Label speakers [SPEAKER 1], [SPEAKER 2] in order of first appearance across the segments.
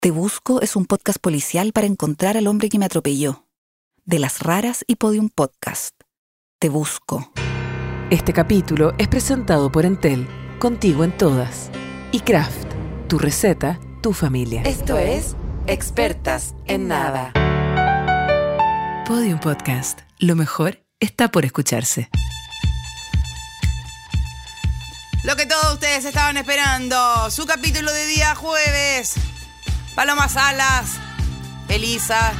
[SPEAKER 1] Te Busco es un podcast policial para encontrar al hombre que me atropelló. De las raras y podium podcast. Te Busco.
[SPEAKER 2] Este capítulo es presentado por Entel, contigo en todas. Y Kraft, tu receta, tu familia.
[SPEAKER 3] Esto es Expertas en Nada.
[SPEAKER 2] Podium Podcast. Lo mejor está por escucharse.
[SPEAKER 3] Lo que todos ustedes estaban esperando, su capítulo de día jueves. Paloma Salas, Elisa,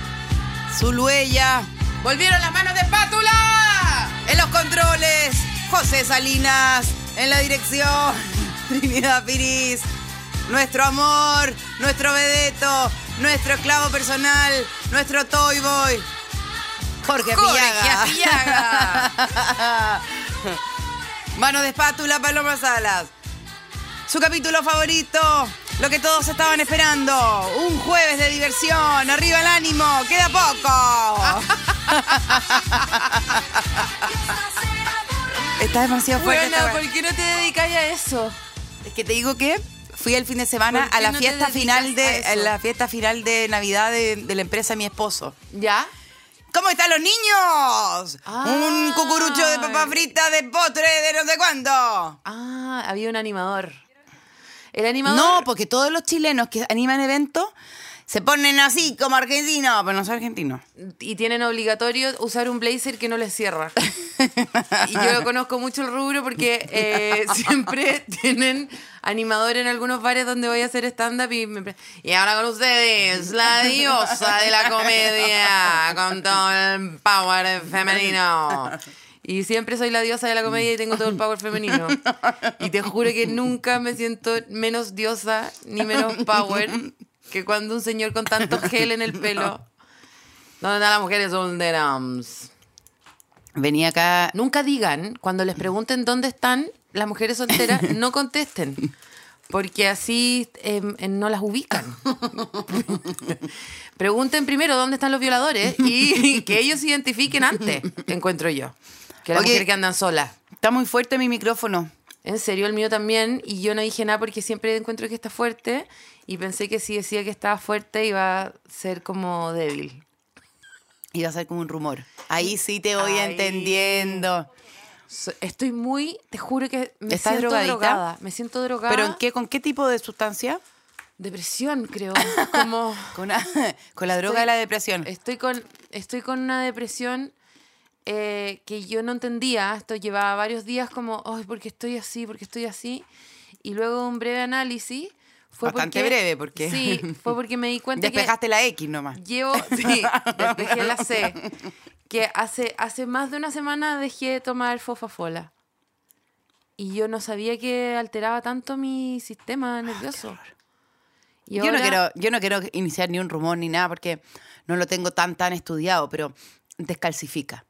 [SPEAKER 3] Zuluella, volvieron las manos de espátula. En los controles, José Salinas, en la dirección, Trinidad Piris, nuestro amor, nuestro vedeto, nuestro esclavo personal, nuestro toy boy, Jorge,
[SPEAKER 4] Jorge
[SPEAKER 3] Pillaga.
[SPEAKER 4] Apillaga.
[SPEAKER 3] Mano de espátula, Paloma Salas. Su capítulo favorito, lo que todos estaban esperando. Un jueves de diversión, arriba el ánimo, queda poco. Está demasiado fuerte.
[SPEAKER 4] Bueno,
[SPEAKER 3] esta
[SPEAKER 4] ¿por
[SPEAKER 3] wea.
[SPEAKER 4] qué no te dedicáis a eso?
[SPEAKER 3] Es que te digo que fui el fin de semana
[SPEAKER 4] ¿Por qué
[SPEAKER 3] a la
[SPEAKER 4] no te
[SPEAKER 3] fiesta
[SPEAKER 4] dedicas
[SPEAKER 3] final de
[SPEAKER 4] a eso?
[SPEAKER 3] a la fiesta final de Navidad de, de la empresa de mi esposo.
[SPEAKER 4] ¿Ya?
[SPEAKER 3] ¿Cómo están los niños?
[SPEAKER 4] Ah.
[SPEAKER 3] Un cucurucho de papa frita de postre de no sé cuándo.
[SPEAKER 4] Ah, había un animador. El animador.
[SPEAKER 3] No, porque todos los chilenos que animan eventos se ponen así como argentinos, pero no soy argentino.
[SPEAKER 4] Y tienen obligatorio usar un blazer que no les cierra. y yo lo conozco mucho el rubro porque eh, siempre tienen animador en algunos bares donde voy a hacer stand-up y me pre- Y ahora con ustedes, la diosa de la comedia, con todo el power femenino. Y siempre soy la diosa de la comedia y tengo todo el power femenino. Y te juro que nunca me siento menos diosa ni menos power que cuando un señor con tanto gel en el pelo... ¿Dónde están las mujeres solteras?
[SPEAKER 3] Venía acá.
[SPEAKER 4] Nunca digan, cuando les pregunten dónde están las mujeres solteras, no contesten. Porque así eh, eh, no las ubican. Pregunten primero dónde están los violadores y que ellos se identifiquen antes, encuentro yo. Que las
[SPEAKER 3] Oye.
[SPEAKER 4] mujeres que andan solas.
[SPEAKER 3] Está muy fuerte mi micrófono.
[SPEAKER 4] En serio, el mío también. Y yo no dije nada porque siempre encuentro que está fuerte. Y pensé que si decía que estaba fuerte iba a ser como débil.
[SPEAKER 3] Iba a ser como un rumor. Ahí sí te voy
[SPEAKER 4] Ahí.
[SPEAKER 3] entendiendo.
[SPEAKER 4] So- Estoy muy, te juro que me
[SPEAKER 3] ¿Estás
[SPEAKER 4] siento
[SPEAKER 3] drogadita?
[SPEAKER 4] drogada. Me siento drogada.
[SPEAKER 3] ¿Pero en qué, con qué tipo de sustancia?
[SPEAKER 4] Depresión, creo. Como
[SPEAKER 3] Con, una- con la droga de la depresión.
[SPEAKER 4] estoy con, estoy con una depresión eh, que yo no entendía. Esto llevaba varios días como, ay, ¿por qué estoy así? ¿Por qué estoy así? Y luego un breve análisis. Fue
[SPEAKER 3] Bastante
[SPEAKER 4] porque-
[SPEAKER 3] breve, porque-
[SPEAKER 4] Sí, fue porque me di cuenta que...
[SPEAKER 3] Despejaste la X nomás.
[SPEAKER 4] Llevo, sí, despejé la C. Que hace, hace más de una semana dejé de tomar fofafola. Y yo no sabía que alteraba tanto mi sistema nervioso. Y
[SPEAKER 3] Ah, Yo no,
[SPEAKER 4] ahora-
[SPEAKER 3] quiero, yo no quiero iniciar ni un rumor ni nada porque no lo tengo tan tan estudiado, pero descalcifica.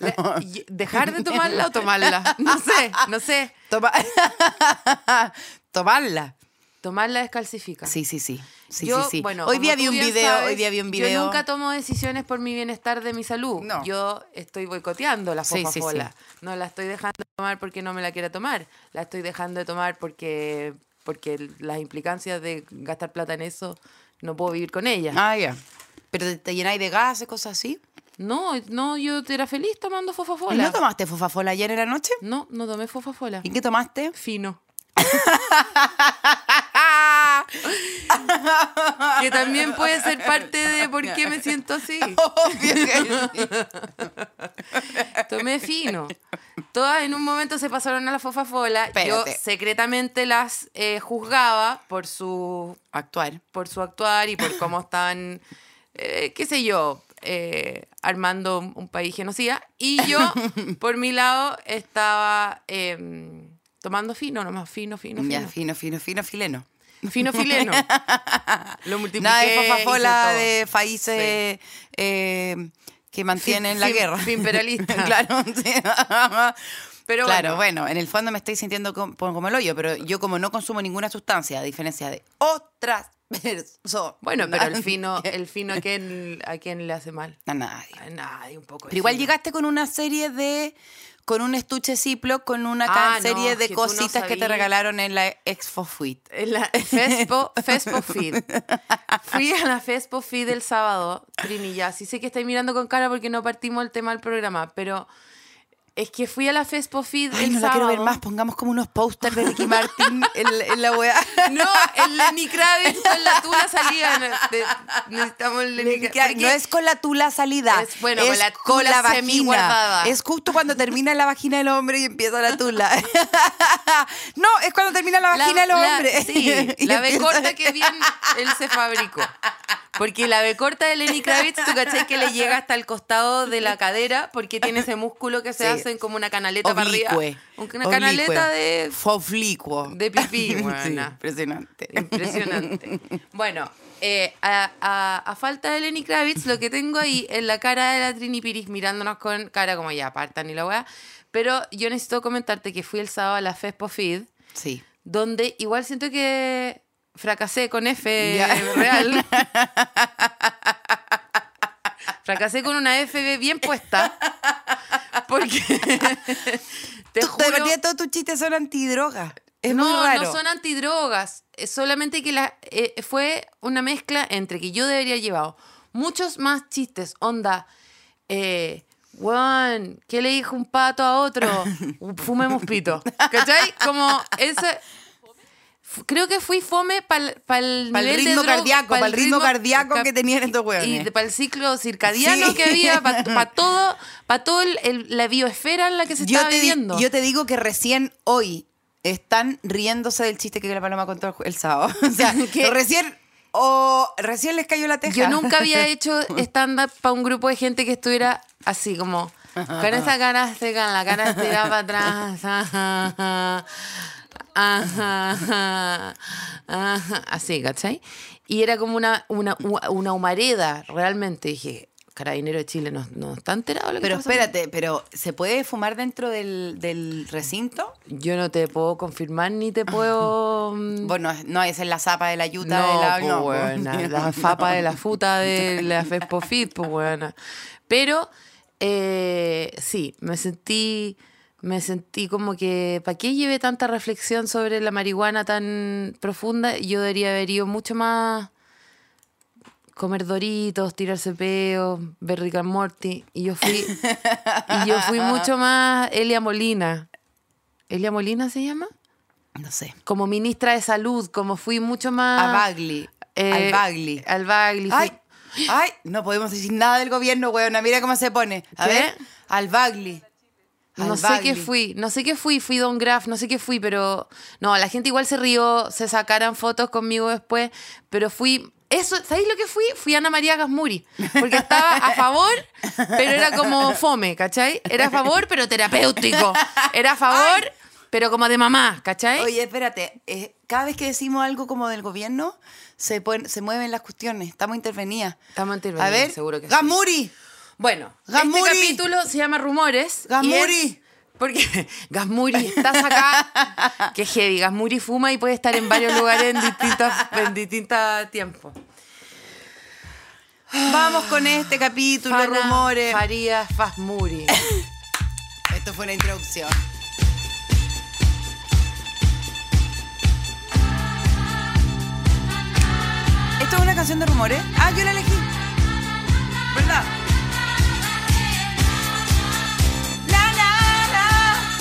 [SPEAKER 4] la- y- ¿Dejar de tomarla o tomarla? No sé, no sé.
[SPEAKER 3] Toma- Tomarla.
[SPEAKER 4] Tomarla descalcifica.
[SPEAKER 3] Sí, sí, sí. Sí,
[SPEAKER 4] Yo,
[SPEAKER 3] sí, sí.
[SPEAKER 4] bueno,
[SPEAKER 3] hoy
[SPEAKER 4] como
[SPEAKER 3] día
[SPEAKER 4] tú
[SPEAKER 3] vi un
[SPEAKER 4] bien
[SPEAKER 3] video,
[SPEAKER 4] sabes,
[SPEAKER 3] hoy día vi un video.
[SPEAKER 4] Yo nunca tomo decisiones por mi bienestar de mi salud.
[SPEAKER 3] No.
[SPEAKER 4] Yo estoy boicoteando la
[SPEAKER 3] Sí, sí, sí.
[SPEAKER 4] fofafola. No la estoy dejando de tomar porque no me la quiera tomar. La estoy dejando de tomar porque porque las implicancias de gastar plata en eso no puedo vivir con ella.
[SPEAKER 3] Ah, ya. Pero te, te llenáis de gases, cosas así.
[SPEAKER 4] No, no, yo era feliz tomando fofafola.
[SPEAKER 3] ¿Y no tomaste fofafola ayer en la noche?
[SPEAKER 4] no, no tomé fofafola.
[SPEAKER 3] ¿Y qué tomaste?
[SPEAKER 4] Fino. que también puede ser parte de por qué me siento así. Tomé fino. Todas en un momento se pasaron a la fofafola. Yo
[SPEAKER 3] Espérate.
[SPEAKER 4] secretamente las eh, juzgaba por su,
[SPEAKER 3] Actuar.
[SPEAKER 4] por su actuar y por cómo estaban, eh, qué sé yo, eh, armando un un país genocida. Y yo, por mi lado, estaba eh, tomando fino, nomás fino, fino, fino.
[SPEAKER 3] Ya, fino, fino, fino, fileno.
[SPEAKER 4] Fino fileno. Lo multipliqué.
[SPEAKER 3] Nada de
[SPEAKER 4] hice
[SPEAKER 3] fofafola
[SPEAKER 4] todo.
[SPEAKER 3] de países eh, que mantienen
[SPEAKER 4] Fin-
[SPEAKER 3] la
[SPEAKER 4] fin-
[SPEAKER 3] guerra.
[SPEAKER 4] fin imperialista.
[SPEAKER 3] claro, sí.
[SPEAKER 4] Pero
[SPEAKER 3] claro, bueno. en el fondo me estoy sintiendo com- como, el hoyo, pero yo como no consumo ninguna sustancia, a diferencia de otras personas.
[SPEAKER 4] Bueno, pero el fino, el fino a quién, a quién le hace mal.
[SPEAKER 3] A nadie.
[SPEAKER 4] A nadie, un poco. de
[SPEAKER 3] Pero igual
[SPEAKER 4] fino.
[SPEAKER 3] llegaste con una serie de con un estuche Ziploc con una
[SPEAKER 4] Ah,
[SPEAKER 3] ca- serie
[SPEAKER 4] no,
[SPEAKER 3] de
[SPEAKER 4] que tú no
[SPEAKER 3] cositas que te
[SPEAKER 4] sabías.
[SPEAKER 3] regalaron en la Expo Fuit.
[SPEAKER 4] En la Fespo, Fespo Feed. Fui a la Fespo Feed el sábado, Trini, ya. Sí sé que estáis mirando con cara porque no partimos el tema del programa, pero es que fui a la Fespo Feed
[SPEAKER 3] Ay,
[SPEAKER 4] el
[SPEAKER 3] no la
[SPEAKER 4] sábado.
[SPEAKER 3] quiero ver más. Pongamos como unos pósters de Ricky Martin en, la- en la weá.
[SPEAKER 4] No, eh, el Lenny Kravitz con la tula salía. No, de- necesitamos el Lenny Kravitz.
[SPEAKER 3] No es con la tula salida.
[SPEAKER 4] Es, bueno, con la tula semiguardada.
[SPEAKER 3] Es justo cuando termina la vagina del hombre y empieza la tula. no, es cuando termina la vagina del hombre.
[SPEAKER 4] sí,
[SPEAKER 3] Y
[SPEAKER 4] la B
[SPEAKER 3] empieza-
[SPEAKER 4] corta que bien él se fabricó. Porque la B corta de Lenny Kravitz, tú cachai que le llega hasta el costado de la cadera porque tiene ese músculo que se
[SPEAKER 3] Sí.
[SPEAKER 4] hace como una canaleta para
[SPEAKER 3] Oblicue.
[SPEAKER 4] arriba. Una canaleta de...
[SPEAKER 3] Foflicuo.
[SPEAKER 4] de pipí,
[SPEAKER 3] Sí,
[SPEAKER 4] weona.
[SPEAKER 3] impresionante.
[SPEAKER 4] Impresionante. Bueno, eh, a, a- a falta de Lenny Kravitz, lo que tengo ahí en la cara de la Trini Piris mirándonos con cara como ya apartan y la weá. Pero yo necesito comentarte que fui el sábado a la FESPO Feed
[SPEAKER 3] Sí.
[SPEAKER 4] donde igual siento que fracasé con F
[SPEAKER 3] Ya.
[SPEAKER 4] real. fracasé con una F bien puesta. Porque te
[SPEAKER 3] Tú-
[SPEAKER 4] juro,
[SPEAKER 3] De verdad, todos tus chistes son antidrogas. Es
[SPEAKER 4] no,
[SPEAKER 3] muy raro.
[SPEAKER 4] no son antidrogas. Es solamente que la, eh, fue una mezcla entre que yo debería haber llevado muchos más chistes. Onda, eh, weón, ¿qué le dijo un pato a otro? Fumemos pito. ¿Cachai? Como ese... f- Creo que fui fome para el
[SPEAKER 3] Para el ritmo cardíaco, para el ritmo cardíaco que tenían estos
[SPEAKER 4] y
[SPEAKER 3] hueones.
[SPEAKER 4] para el ciclo circadiano
[SPEAKER 3] Sí.
[SPEAKER 4] que había, para todo, para todo el- el- la biosfera en la que se
[SPEAKER 3] yo,
[SPEAKER 4] estaba
[SPEAKER 3] te, di-
[SPEAKER 4] viviendo.
[SPEAKER 3] yo te digo que recién hoy están riéndose del chiste que la paloma contó el, ju- el sábado. O sea,
[SPEAKER 4] ¿Qué?
[SPEAKER 3] recién, o recién les cayó la teja.
[SPEAKER 4] Yo nunca había hecho stand-up para un grupo de gente que estuviera así como con esa cara seca, la cara estirada para atrás. ajá, ajá, ajá, así, ¿cachai? Y era como una, una, una humareda, realmente. Dije, carabinero de Chile, no, no está enterado de lo que
[SPEAKER 3] Pero
[SPEAKER 4] está pasando?
[SPEAKER 3] espérate, pero ¿se puede fumar dentro del, del recinto?
[SPEAKER 4] Yo no te puedo confirmar ni te puedo. mm,
[SPEAKER 3] Bueno, no, esa es la zapa de la yuta
[SPEAKER 4] no,
[SPEAKER 3] de la...
[SPEAKER 4] po,
[SPEAKER 3] no, po.
[SPEAKER 4] weona, la fapa de la futa de la Fespofit, pues buena. Pero eh, sí, me sentí, me sentí como que, ¿para qué llevé tanta reflexión sobre la marihuana tan profunda? Yo debería haber ido mucho más comer doritos, tirarse peo, ver Rick and Morty. Y yo fui, y yo fui mucho más Elia Molina. ¿Elia Molina se llama?
[SPEAKER 3] No sé.
[SPEAKER 4] Como ministra de salud, como fui mucho más...
[SPEAKER 3] A Bagley.
[SPEAKER 4] Ah, Eh,
[SPEAKER 3] al Bagley.
[SPEAKER 4] Al Bagley. fui-
[SPEAKER 3] Ay, ay, no podemos decir nada del gobierno, weona. Mira cómo se pone. A
[SPEAKER 4] ¿Qué?
[SPEAKER 3] ver, al Bagley. Al
[SPEAKER 4] no sé qué
[SPEAKER 3] Bagley.
[SPEAKER 4] fui, no sé qué fui, fui Don Graf, no sé qué fui, pero no, la gente igual se rió, se sacaran fotos conmigo después, pero fui, eso, ¿sabéis lo que fui? Fui Ana María Gasmuri, porque estaba a favor, pero era como fome, ¿cachai? Era a favor, pero terapéutico, era a favor, pero como de mamá, ¿cachai?
[SPEAKER 3] Oye, espérate, eh, cada vez que decimos algo como del gobierno, se, pon- se mueven las cuestiones, estamos intervenidas.
[SPEAKER 4] Estamos
[SPEAKER 3] A
[SPEAKER 4] interviniendo,
[SPEAKER 3] ver,
[SPEAKER 4] seguro que sí.
[SPEAKER 3] Gamuri,
[SPEAKER 4] Bueno,
[SPEAKER 3] Gasmuri.
[SPEAKER 4] este capítulo se llama Rumores. y
[SPEAKER 3] Gasmuri.
[SPEAKER 4] es- Porque Gasmuri, estás acá. Qué heavy. Gasmuri fuma y puede estar en varios lugares en distintos en distinta tiempos.
[SPEAKER 3] vamos con este capítulo,
[SPEAKER 4] Fana
[SPEAKER 3] rumores.
[SPEAKER 4] Farías Fasmuri.
[SPEAKER 3] Esto fue una introducción. ¿Esto es una canción de rumores? Ah, yo la elegí. ¿Verdad? La, la, la.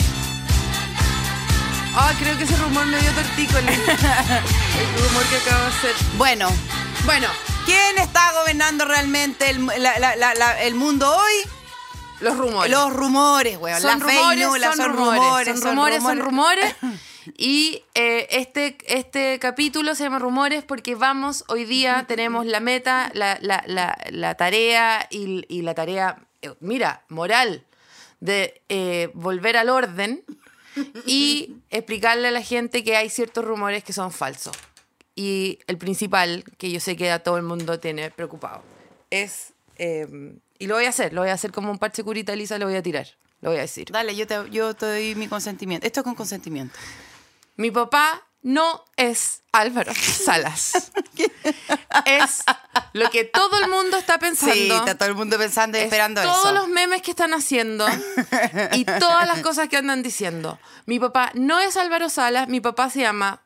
[SPEAKER 4] Ah, creo que ese rumor me dio tortícolis. El rumor que acabo de hacer.
[SPEAKER 3] Bueno,
[SPEAKER 4] Bueno,
[SPEAKER 3] ¿quién está gobernando realmente el, mu- la- la- la- la- el mundo hoy?
[SPEAKER 4] los rumores.
[SPEAKER 3] Los rumores, weón.
[SPEAKER 4] son
[SPEAKER 3] Las fake
[SPEAKER 4] rumores,
[SPEAKER 3] news, las
[SPEAKER 4] son, rumores, son rumores, son
[SPEAKER 3] rumores.
[SPEAKER 4] rumores. Y eh, este, este capítulo se llama Rumores porque vamos, hoy día tenemos la meta, la, la- la- la tarea y, y la tarea, eh, mira, moral, de eh, volver al orden y explicarle a la gente que hay ciertos rumores que son falsos. Y el principal, que yo sé que a todo el mundo tiene preocupado, es... eh, y lo voy a hacer, lo voy a hacer como un parche curita lisa, lo voy a tirar, lo voy a decir.
[SPEAKER 3] Dale, yo te, yo te doy mi consentimiento. Esto es con consentimiento.
[SPEAKER 4] Mi papá no es Álvaro Salas. es Lo que todo el mundo está pensando.
[SPEAKER 3] Sí, está todo el mundo pensando y
[SPEAKER 4] es
[SPEAKER 3] esperando
[SPEAKER 4] todos
[SPEAKER 3] eso.
[SPEAKER 4] los memes que están haciendo y todas las cosas que andan diciendo. Mi papá no es Álvaro Salas, mi papá se llama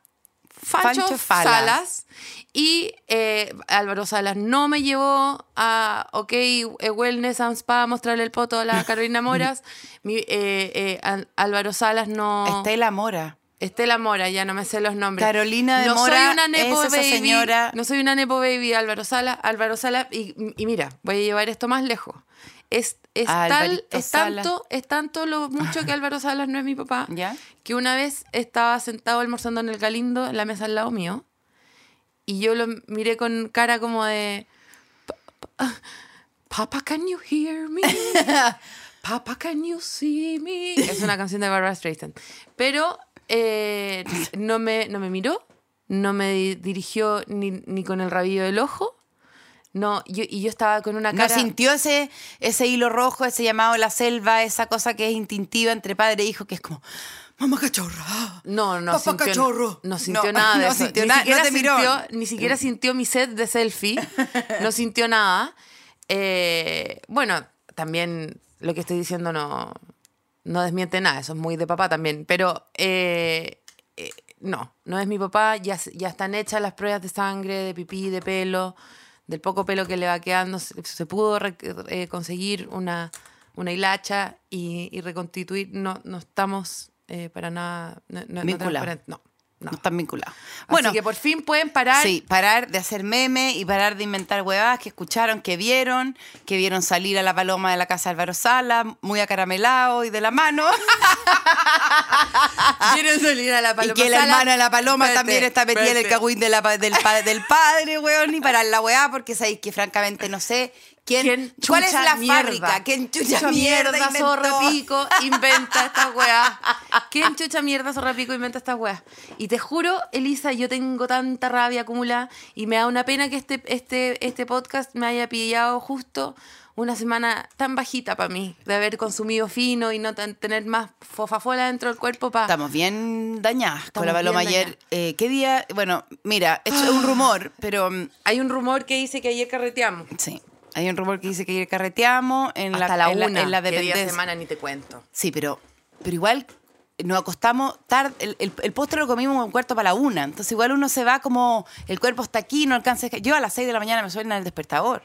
[SPEAKER 4] Fancho,
[SPEAKER 3] Fancho Falas.
[SPEAKER 4] Salas. y eh, Álvaro Salas no me llevó a OK eh, Wellness and Spa a mostrarle el poto a la Carolina Moras. Mi, eh, eh, Al- Álvaro Salas no...
[SPEAKER 3] Estela Mora.
[SPEAKER 4] Estela Mora, ya no me sé los nombres.
[SPEAKER 3] Carolina de Mora es esa señora.
[SPEAKER 4] No soy una Nepo Baby, Álvaro Sala. Álvaro Sala, y, y mira, voy a llevar esto más lejos. Es, es,
[SPEAKER 3] Ah,
[SPEAKER 4] tal,
[SPEAKER 3] Alvarito
[SPEAKER 4] es,
[SPEAKER 3] Sala.
[SPEAKER 4] tanto, es tanto lo mucho que Álvaro Salas no es mi papá,
[SPEAKER 3] ¿Ya?
[SPEAKER 4] que una vez estaba sentado almorzando en el Galindo, en la mesa al lado mío, y yo lo miré con cara como de... ah, Papa, can you hear me? Papa, can you see me? Es una canción de Barbara Streisand. Pero eh, no, me, no me miró, no me di- dirigió ni, ni con el rabillo del ojo. No, yo- y yo estaba con una
[SPEAKER 3] ¿No
[SPEAKER 4] cara.
[SPEAKER 3] sintió ese, ese hilo rojo, ese llamado a la selva, esa cosa que es instintiva entre padre e hijo, que es como, mamá cachorra? ah".
[SPEAKER 4] no, no
[SPEAKER 3] Papá
[SPEAKER 4] sintió,
[SPEAKER 3] cachorro.
[SPEAKER 4] No sintió
[SPEAKER 3] No,
[SPEAKER 4] nada de
[SPEAKER 3] no
[SPEAKER 4] eso.
[SPEAKER 3] sintió
[SPEAKER 4] ni
[SPEAKER 3] nada,
[SPEAKER 4] siquiera
[SPEAKER 3] no te miró. Mm.
[SPEAKER 4] sintió- ni siquiera sintió mi set de selfie. No sintió nada. Eh, bueno, también lo que estoy diciendo no, no desmiente nada. Eso es muy de papá también. Pero eh, eh, no, no es mi papá. Ya, se- ya están hechas las pruebas de sangre, de pipí, de pelo, del poco pelo que le va quedando. Se, se pudo re- eh, conseguir una, una hilacha y, y reconstituir. No, no estamos eh, para nada. No, no- no tenemos
[SPEAKER 3] Vinculado.
[SPEAKER 4] para- No, no.
[SPEAKER 3] No están vinculados.
[SPEAKER 4] Bueno, Así que por fin pueden parar.
[SPEAKER 3] Sí, parar de hacer meme y parar de inventar huevadas que escucharon, que vieron, que vieron salir a la paloma de la casa de Álvaro Sala, muy acaramelado y de la mano.
[SPEAKER 4] Quieren salir a la
[SPEAKER 3] Ah, y
[SPEAKER 4] paloma.
[SPEAKER 3] que la
[SPEAKER 4] Sala.
[SPEAKER 3] hermana de la paloma
[SPEAKER 4] Espérate,
[SPEAKER 3] también está metida en el
[SPEAKER 4] espérate.
[SPEAKER 3] cagüín de la pa- del, pa- del padre, weón, y parar la hueá, porque sabéis que francamente no sé quién.
[SPEAKER 4] ¿Quién
[SPEAKER 3] ¿Cuál es
[SPEAKER 4] chucha
[SPEAKER 3] la
[SPEAKER 4] mierda?
[SPEAKER 3] fábrica? ¿Quién chucha,
[SPEAKER 4] Chucha
[SPEAKER 3] mierda?
[SPEAKER 4] mierda,
[SPEAKER 3] inventó?
[SPEAKER 4] zorra pico inventa esta weá? ¿Quién chucha mierda, zorra pico inventa esta weá? Y te juro, Elisa, yo tengo tanta rabia acumulada y me da una pena que este, este, este podcast me haya pillado justo una semana tan bajita para mí, de haber consumido fino y no tan- tener más fofafola dentro del cuerpo para...
[SPEAKER 3] Estamos bien dañadas con
[SPEAKER 4] Estamos
[SPEAKER 3] la paloma
[SPEAKER 4] bien Ah.
[SPEAKER 3] ayer. Eh, ¿Qué día? Bueno, mira, esto es un rumor, pero mm,
[SPEAKER 4] Hay un rumor que dice que ayer carreteamos.
[SPEAKER 3] sí. Hay un rumor que dice que ayer carreteamos en
[SPEAKER 4] Hasta la,
[SPEAKER 3] en
[SPEAKER 4] una,
[SPEAKER 3] en la
[SPEAKER 4] que día
[SPEAKER 3] dependencia.
[SPEAKER 4] semana ni te cuento.
[SPEAKER 3] Sí, pero, pero igual nos acostamos tarde. El, el- el postre lo comimos un cuarto para la una. Entonces, igual uno se va como el cuerpo está aquí, no alcanza. Yo a las seis de la mañana me suena el despertador.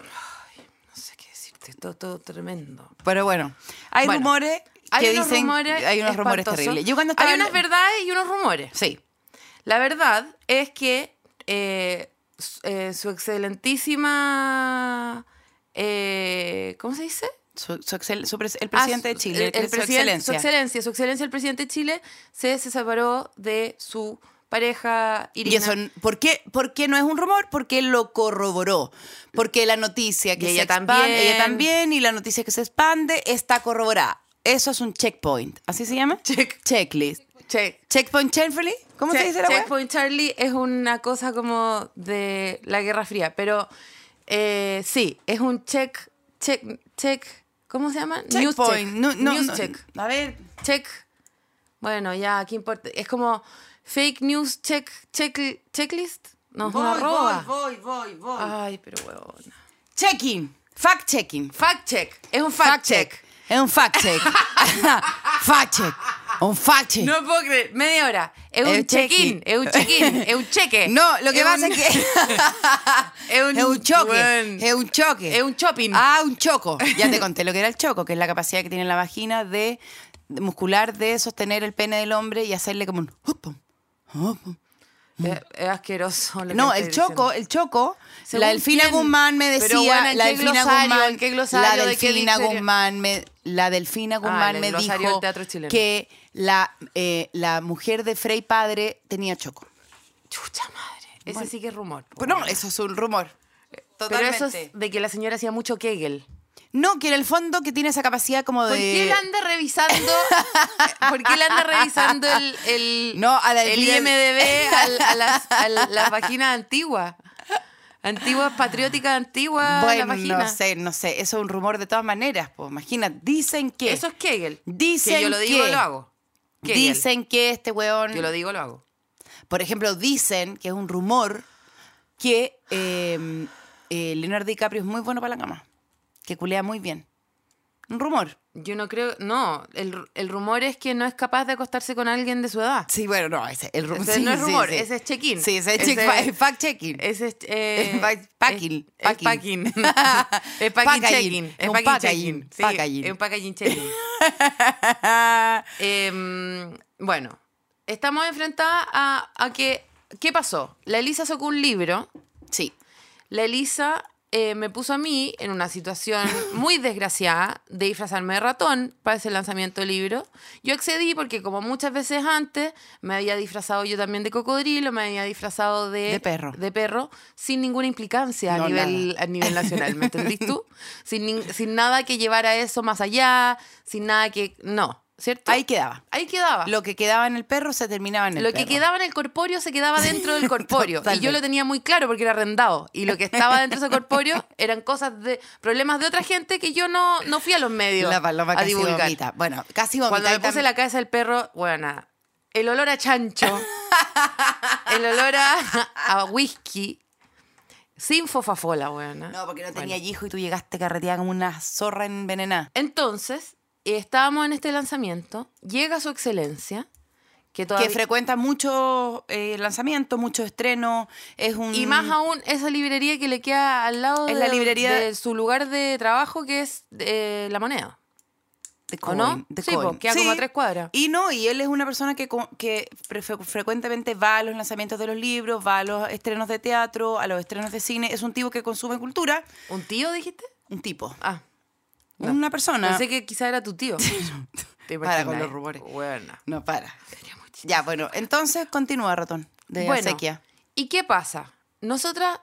[SPEAKER 4] No sé qué decirte, todo, todo tremendo.
[SPEAKER 3] Pero bueno, hay
[SPEAKER 4] Bueno,
[SPEAKER 3] rumores
[SPEAKER 4] Hay
[SPEAKER 3] que
[SPEAKER 4] unos
[SPEAKER 3] dicen.
[SPEAKER 4] rumores.
[SPEAKER 3] hay unos rumores
[SPEAKER 4] espantosos.
[SPEAKER 3] terribles. Yo cuando estaba.
[SPEAKER 4] Hay
[SPEAKER 3] en-
[SPEAKER 4] unas verdades y unos rumores.
[SPEAKER 3] Sí.
[SPEAKER 4] La verdad es que eh, su, eh, su excelentísima. eh, ¿Cómo se dice?
[SPEAKER 3] Su, su excel- su pres- el
[SPEAKER 4] Ah,
[SPEAKER 3] presidente de
[SPEAKER 4] su-
[SPEAKER 3] Chile,
[SPEAKER 4] el- el
[SPEAKER 3] su
[SPEAKER 4] presidente-
[SPEAKER 3] excelencia.
[SPEAKER 4] Su excelencia, su excelencia, el presidente de Chile, se, se separó de su pareja Irina.
[SPEAKER 3] Y eso, ¿por qué, por qué no es un rumor? Porque él lo corroboró. Porque la noticia que
[SPEAKER 4] Y
[SPEAKER 3] se
[SPEAKER 4] ella
[SPEAKER 3] expande,
[SPEAKER 4] también.
[SPEAKER 3] ella también, y la noticia que se expande está corroborada. Eso es un checkpoint. ¿Así se llama?
[SPEAKER 4] Check.
[SPEAKER 3] Checklist.
[SPEAKER 4] Check.
[SPEAKER 3] Checkpoint Checkpoint ¿Cómo se
[SPEAKER 4] Che-
[SPEAKER 3] dice la web?
[SPEAKER 4] Checkpoint Charlie es una cosa como de la Guerra Fría, pero eh, sí, es un check, check, check, ¿cómo se llama? News check.
[SPEAKER 3] Checkpoint. No, no,
[SPEAKER 4] news
[SPEAKER 3] no.
[SPEAKER 4] check.
[SPEAKER 3] A ver.
[SPEAKER 4] Check. Bueno, ya, ¿qué importa? Es como fake news check, check checklist. No, es una arroba.
[SPEAKER 3] voy, voy, voy.
[SPEAKER 4] Ay, pero huevona.
[SPEAKER 3] Checking. Fact checking.
[SPEAKER 4] Fact check. Es un fact, check.
[SPEAKER 3] Es un fact check. fact check. Un fact check.
[SPEAKER 4] No puedo creer. Media hora. Es
[SPEAKER 3] Es
[SPEAKER 4] un
[SPEAKER 3] un chequi.
[SPEAKER 4] check-in. Es un check-in. Es un cheque.
[SPEAKER 3] No, lo que pasa
[SPEAKER 4] un-
[SPEAKER 3] es que
[SPEAKER 4] es un,
[SPEAKER 3] es un choque.
[SPEAKER 4] weón.
[SPEAKER 3] Es un choque.
[SPEAKER 4] Es un shopping.
[SPEAKER 3] Ah, un choco. Ya te conté lo que era el choco, que es la capacidad que tiene la vagina de, de muscular de sostener el pene del hombre y hacerle como un hop, hop.
[SPEAKER 4] Es, Eh, es asqueroso. lo que
[SPEAKER 3] Mm. No,
[SPEAKER 4] estoy
[SPEAKER 3] el choco,
[SPEAKER 4] diciendo.
[SPEAKER 3] el choco.
[SPEAKER 4] Según
[SPEAKER 3] la Delfina
[SPEAKER 4] quién.
[SPEAKER 3] Guzmán me
[SPEAKER 4] Pero
[SPEAKER 3] decía,
[SPEAKER 4] bueno, ¿en
[SPEAKER 3] la
[SPEAKER 4] qué
[SPEAKER 3] Delfina
[SPEAKER 4] glosario?
[SPEAKER 3] Guzmán,
[SPEAKER 4] ¿En qué glosario
[SPEAKER 3] la
[SPEAKER 4] de qué
[SPEAKER 3] Delfina
[SPEAKER 4] diccionario?
[SPEAKER 3] Guzmán me, la Delfina Guzmán
[SPEAKER 4] el
[SPEAKER 3] me
[SPEAKER 4] glosario
[SPEAKER 3] dijo
[SPEAKER 4] del teatro chileno.
[SPEAKER 3] que la, eh, la mujer de Frey Padre tenía choco.
[SPEAKER 4] Chucha madre. Ese sí que es rumor. po.
[SPEAKER 3] Bueno, eso es un rumor.
[SPEAKER 4] Pero
[SPEAKER 3] Totalmente.
[SPEAKER 4] eso es de que la señora hacía mucho Kegel.
[SPEAKER 3] No, que en el fondo que tiene esa capacidad como de...
[SPEAKER 4] ¿Por qué él anda revisando? ¿Por qué él anda revisando el, el,
[SPEAKER 3] No, a la-
[SPEAKER 4] el IMDB al- a, las, a las vaginas antiguas? Antiguas, patrióticas, antiguas,
[SPEAKER 3] Bueno,
[SPEAKER 4] las vaginas.
[SPEAKER 3] no sé, no sé. Eso es un rumor de todas maneras. Pues, imagina, dicen que.
[SPEAKER 4] Eso es Kegel.
[SPEAKER 3] Dicen
[SPEAKER 4] que yo lo digo,
[SPEAKER 3] que-
[SPEAKER 4] lo hago. Kegel.
[SPEAKER 3] dicen que este weón.
[SPEAKER 4] Yo lo digo, lo hago.
[SPEAKER 3] Por ejemplo, dicen que es un rumor que eh, eh, Leonardo DiCaprio es muy bueno para la cama, que culea muy bien. Un rumor.
[SPEAKER 4] Yo no creo, no, el, el rumor es que no es capaz de acostarse con alguien de su edad.
[SPEAKER 3] Sí, bueno, no, ese el rumor.
[SPEAKER 4] Ese no es rumor, ese es check-in.
[SPEAKER 3] Sí, ese es
[SPEAKER 4] Ese-
[SPEAKER 3] check- fact checking.
[SPEAKER 4] Ese es... eh,
[SPEAKER 3] Es pa- packing,
[SPEAKER 4] Es es packing. Es packing,
[SPEAKER 3] Packaging,
[SPEAKER 4] check-in. Es
[SPEAKER 3] un
[SPEAKER 4] packing check-in.
[SPEAKER 3] packaging,
[SPEAKER 4] Sí,
[SPEAKER 3] packaging.
[SPEAKER 4] es un packaging check-in. Em, bueno, estamos enfrentadas a, a que... ¿Qué pasó? La Elisa sacó un libro.
[SPEAKER 3] Sí.
[SPEAKER 4] La Elisa eh, me puso a mí en una situación muy desgraciada de disfrazarme de ratón para ese lanzamiento del libro. Yo accedí porque, como muchas veces antes, me había disfrazado yo también de cocodrilo, me había disfrazado de,
[SPEAKER 3] De perro.
[SPEAKER 4] de perro, sin ninguna implicancia a,
[SPEAKER 3] No,
[SPEAKER 4] nivel, a nivel nacional, ¿me entendís tú? Sin, nin- sin nada que llevara eso más allá, sin nada que... No, ¿cierto?
[SPEAKER 3] Ahí quedaba.
[SPEAKER 4] Ahí quedaba.
[SPEAKER 3] Lo que quedaba en el perro se terminaba en el
[SPEAKER 4] Lo
[SPEAKER 3] perro.
[SPEAKER 4] que quedaba en el corpóreo se quedaba dentro del corpóreo. y yo
[SPEAKER 3] Totalmente.
[SPEAKER 4] lo tenía muy claro porque era arrendado. Y lo que estaba dentro de ese corpóreo eran cosas de problemas de otra gente que yo no, no fui a los medios
[SPEAKER 3] La paloma
[SPEAKER 4] a
[SPEAKER 3] casi
[SPEAKER 4] divulgar.
[SPEAKER 3] vomita. Bueno, casi vomita.
[SPEAKER 4] Cuando
[SPEAKER 3] y
[SPEAKER 4] me puse
[SPEAKER 3] tam-
[SPEAKER 4] la cabeza del perro, bueno, nada. El olor a chancho, el olor a, a whisky, sin fofafola, bueno.
[SPEAKER 3] No, porque no tenía hijo y tú llegaste carreteada como una zorra envenenada.
[SPEAKER 4] Entonces, estábamos en este lanzamiento, llega su excelencia, que todavía...
[SPEAKER 3] Que frecuenta muchos eh, lanzamientos, muchos estrenos. Es un...
[SPEAKER 4] Y más aún esa librería que le queda al lado
[SPEAKER 3] Mm. Es
[SPEAKER 4] de,
[SPEAKER 3] la librería-
[SPEAKER 4] de su lugar de trabajo, que es eh, La Moneda.
[SPEAKER 3] De
[SPEAKER 4] ¿O no?
[SPEAKER 3] de
[SPEAKER 4] Sí, po,
[SPEAKER 3] Cohen.
[SPEAKER 4] queda como a tres cuadras.
[SPEAKER 3] Y no, y él es una persona que, co- que fre- fre- frecuentemente va a los lanzamientos de los libros, va a los estrenos de teatro, a los estrenos de cine. Es un tipo que consume cultura.
[SPEAKER 4] ¿Un tío, dijiste?
[SPEAKER 3] Un tipo.
[SPEAKER 4] Ah,
[SPEAKER 3] Una persona.
[SPEAKER 4] pensé que quizá era tu tío. ¿Te
[SPEAKER 3] Para
[SPEAKER 4] imaginas?
[SPEAKER 3] con los rumores.
[SPEAKER 4] Bueno.
[SPEAKER 3] No, para. Ya, bueno, entonces continúa, ratón, de
[SPEAKER 4] Bueno,
[SPEAKER 3] acequia.
[SPEAKER 4] ¿Y qué pasa? Nosotras,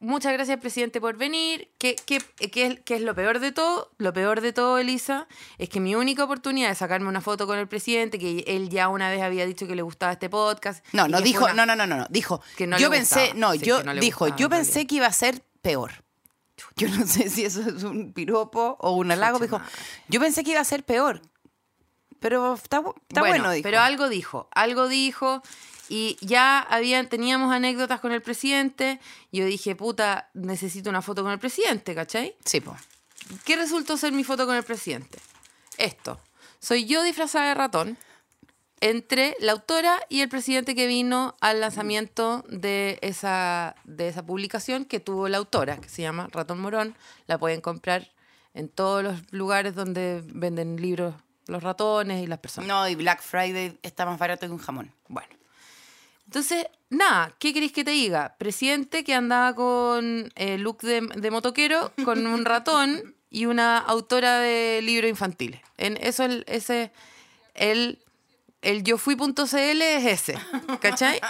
[SPEAKER 4] muchas gracias, presidente, por venir. ¿Qué, qué- qué es, qué es lo peor de todo? Lo peor de todo, Elisa, es que mi única oportunidad de sacarme una foto con el presidente, que él ya una vez había dicho que le gustaba este podcast.
[SPEAKER 3] No,
[SPEAKER 4] y
[SPEAKER 3] no
[SPEAKER 4] que fue
[SPEAKER 3] dijo,
[SPEAKER 4] una-
[SPEAKER 3] no, no, no, no, no, dijo.
[SPEAKER 4] Que no
[SPEAKER 3] yo
[SPEAKER 4] le
[SPEAKER 3] pensé,
[SPEAKER 4] gustaba,
[SPEAKER 3] no,
[SPEAKER 4] sí,
[SPEAKER 3] yo
[SPEAKER 4] que no le
[SPEAKER 3] dijo,
[SPEAKER 4] gustaba,
[SPEAKER 3] yo
[SPEAKER 4] en
[SPEAKER 3] pensé
[SPEAKER 4] realidad.
[SPEAKER 3] que iba a ser peor. Yo no sé si eso es un piropo o un halago,
[SPEAKER 4] Chucha
[SPEAKER 3] dijo.
[SPEAKER 4] madre.
[SPEAKER 3] Yo pensé que iba a ser peor. Pero está, bu- está bueno, dijo.
[SPEAKER 4] Pero algo dijo, algo dijo. Y ya habían, teníamos anécdotas con el presidente. Yo dije, puta, necesito una foto con el presidente, ¿cachai?
[SPEAKER 3] Sí, po.
[SPEAKER 4] ¿Qué resultó ser mi foto con el presidente? Esto. Soy yo disfrazada de ratón entre la autora y el presidente que vino al lanzamiento de esa, de esa publicación que tuvo la autora, que se llama Ratón Morón. La pueden comprar en todos los lugares donde venden libros los ratones y las personas.
[SPEAKER 3] No, y Black Friday está más barato que un jamón.
[SPEAKER 4] Bueno. Entonces, nada, ¿qué queréis que te diga? Presidente que andaba con eh, look de, de motoquero, con un ratón y una autora de libros infantiles. En eso el, ese, el, el yo fui.cl es ese, ¿cachai?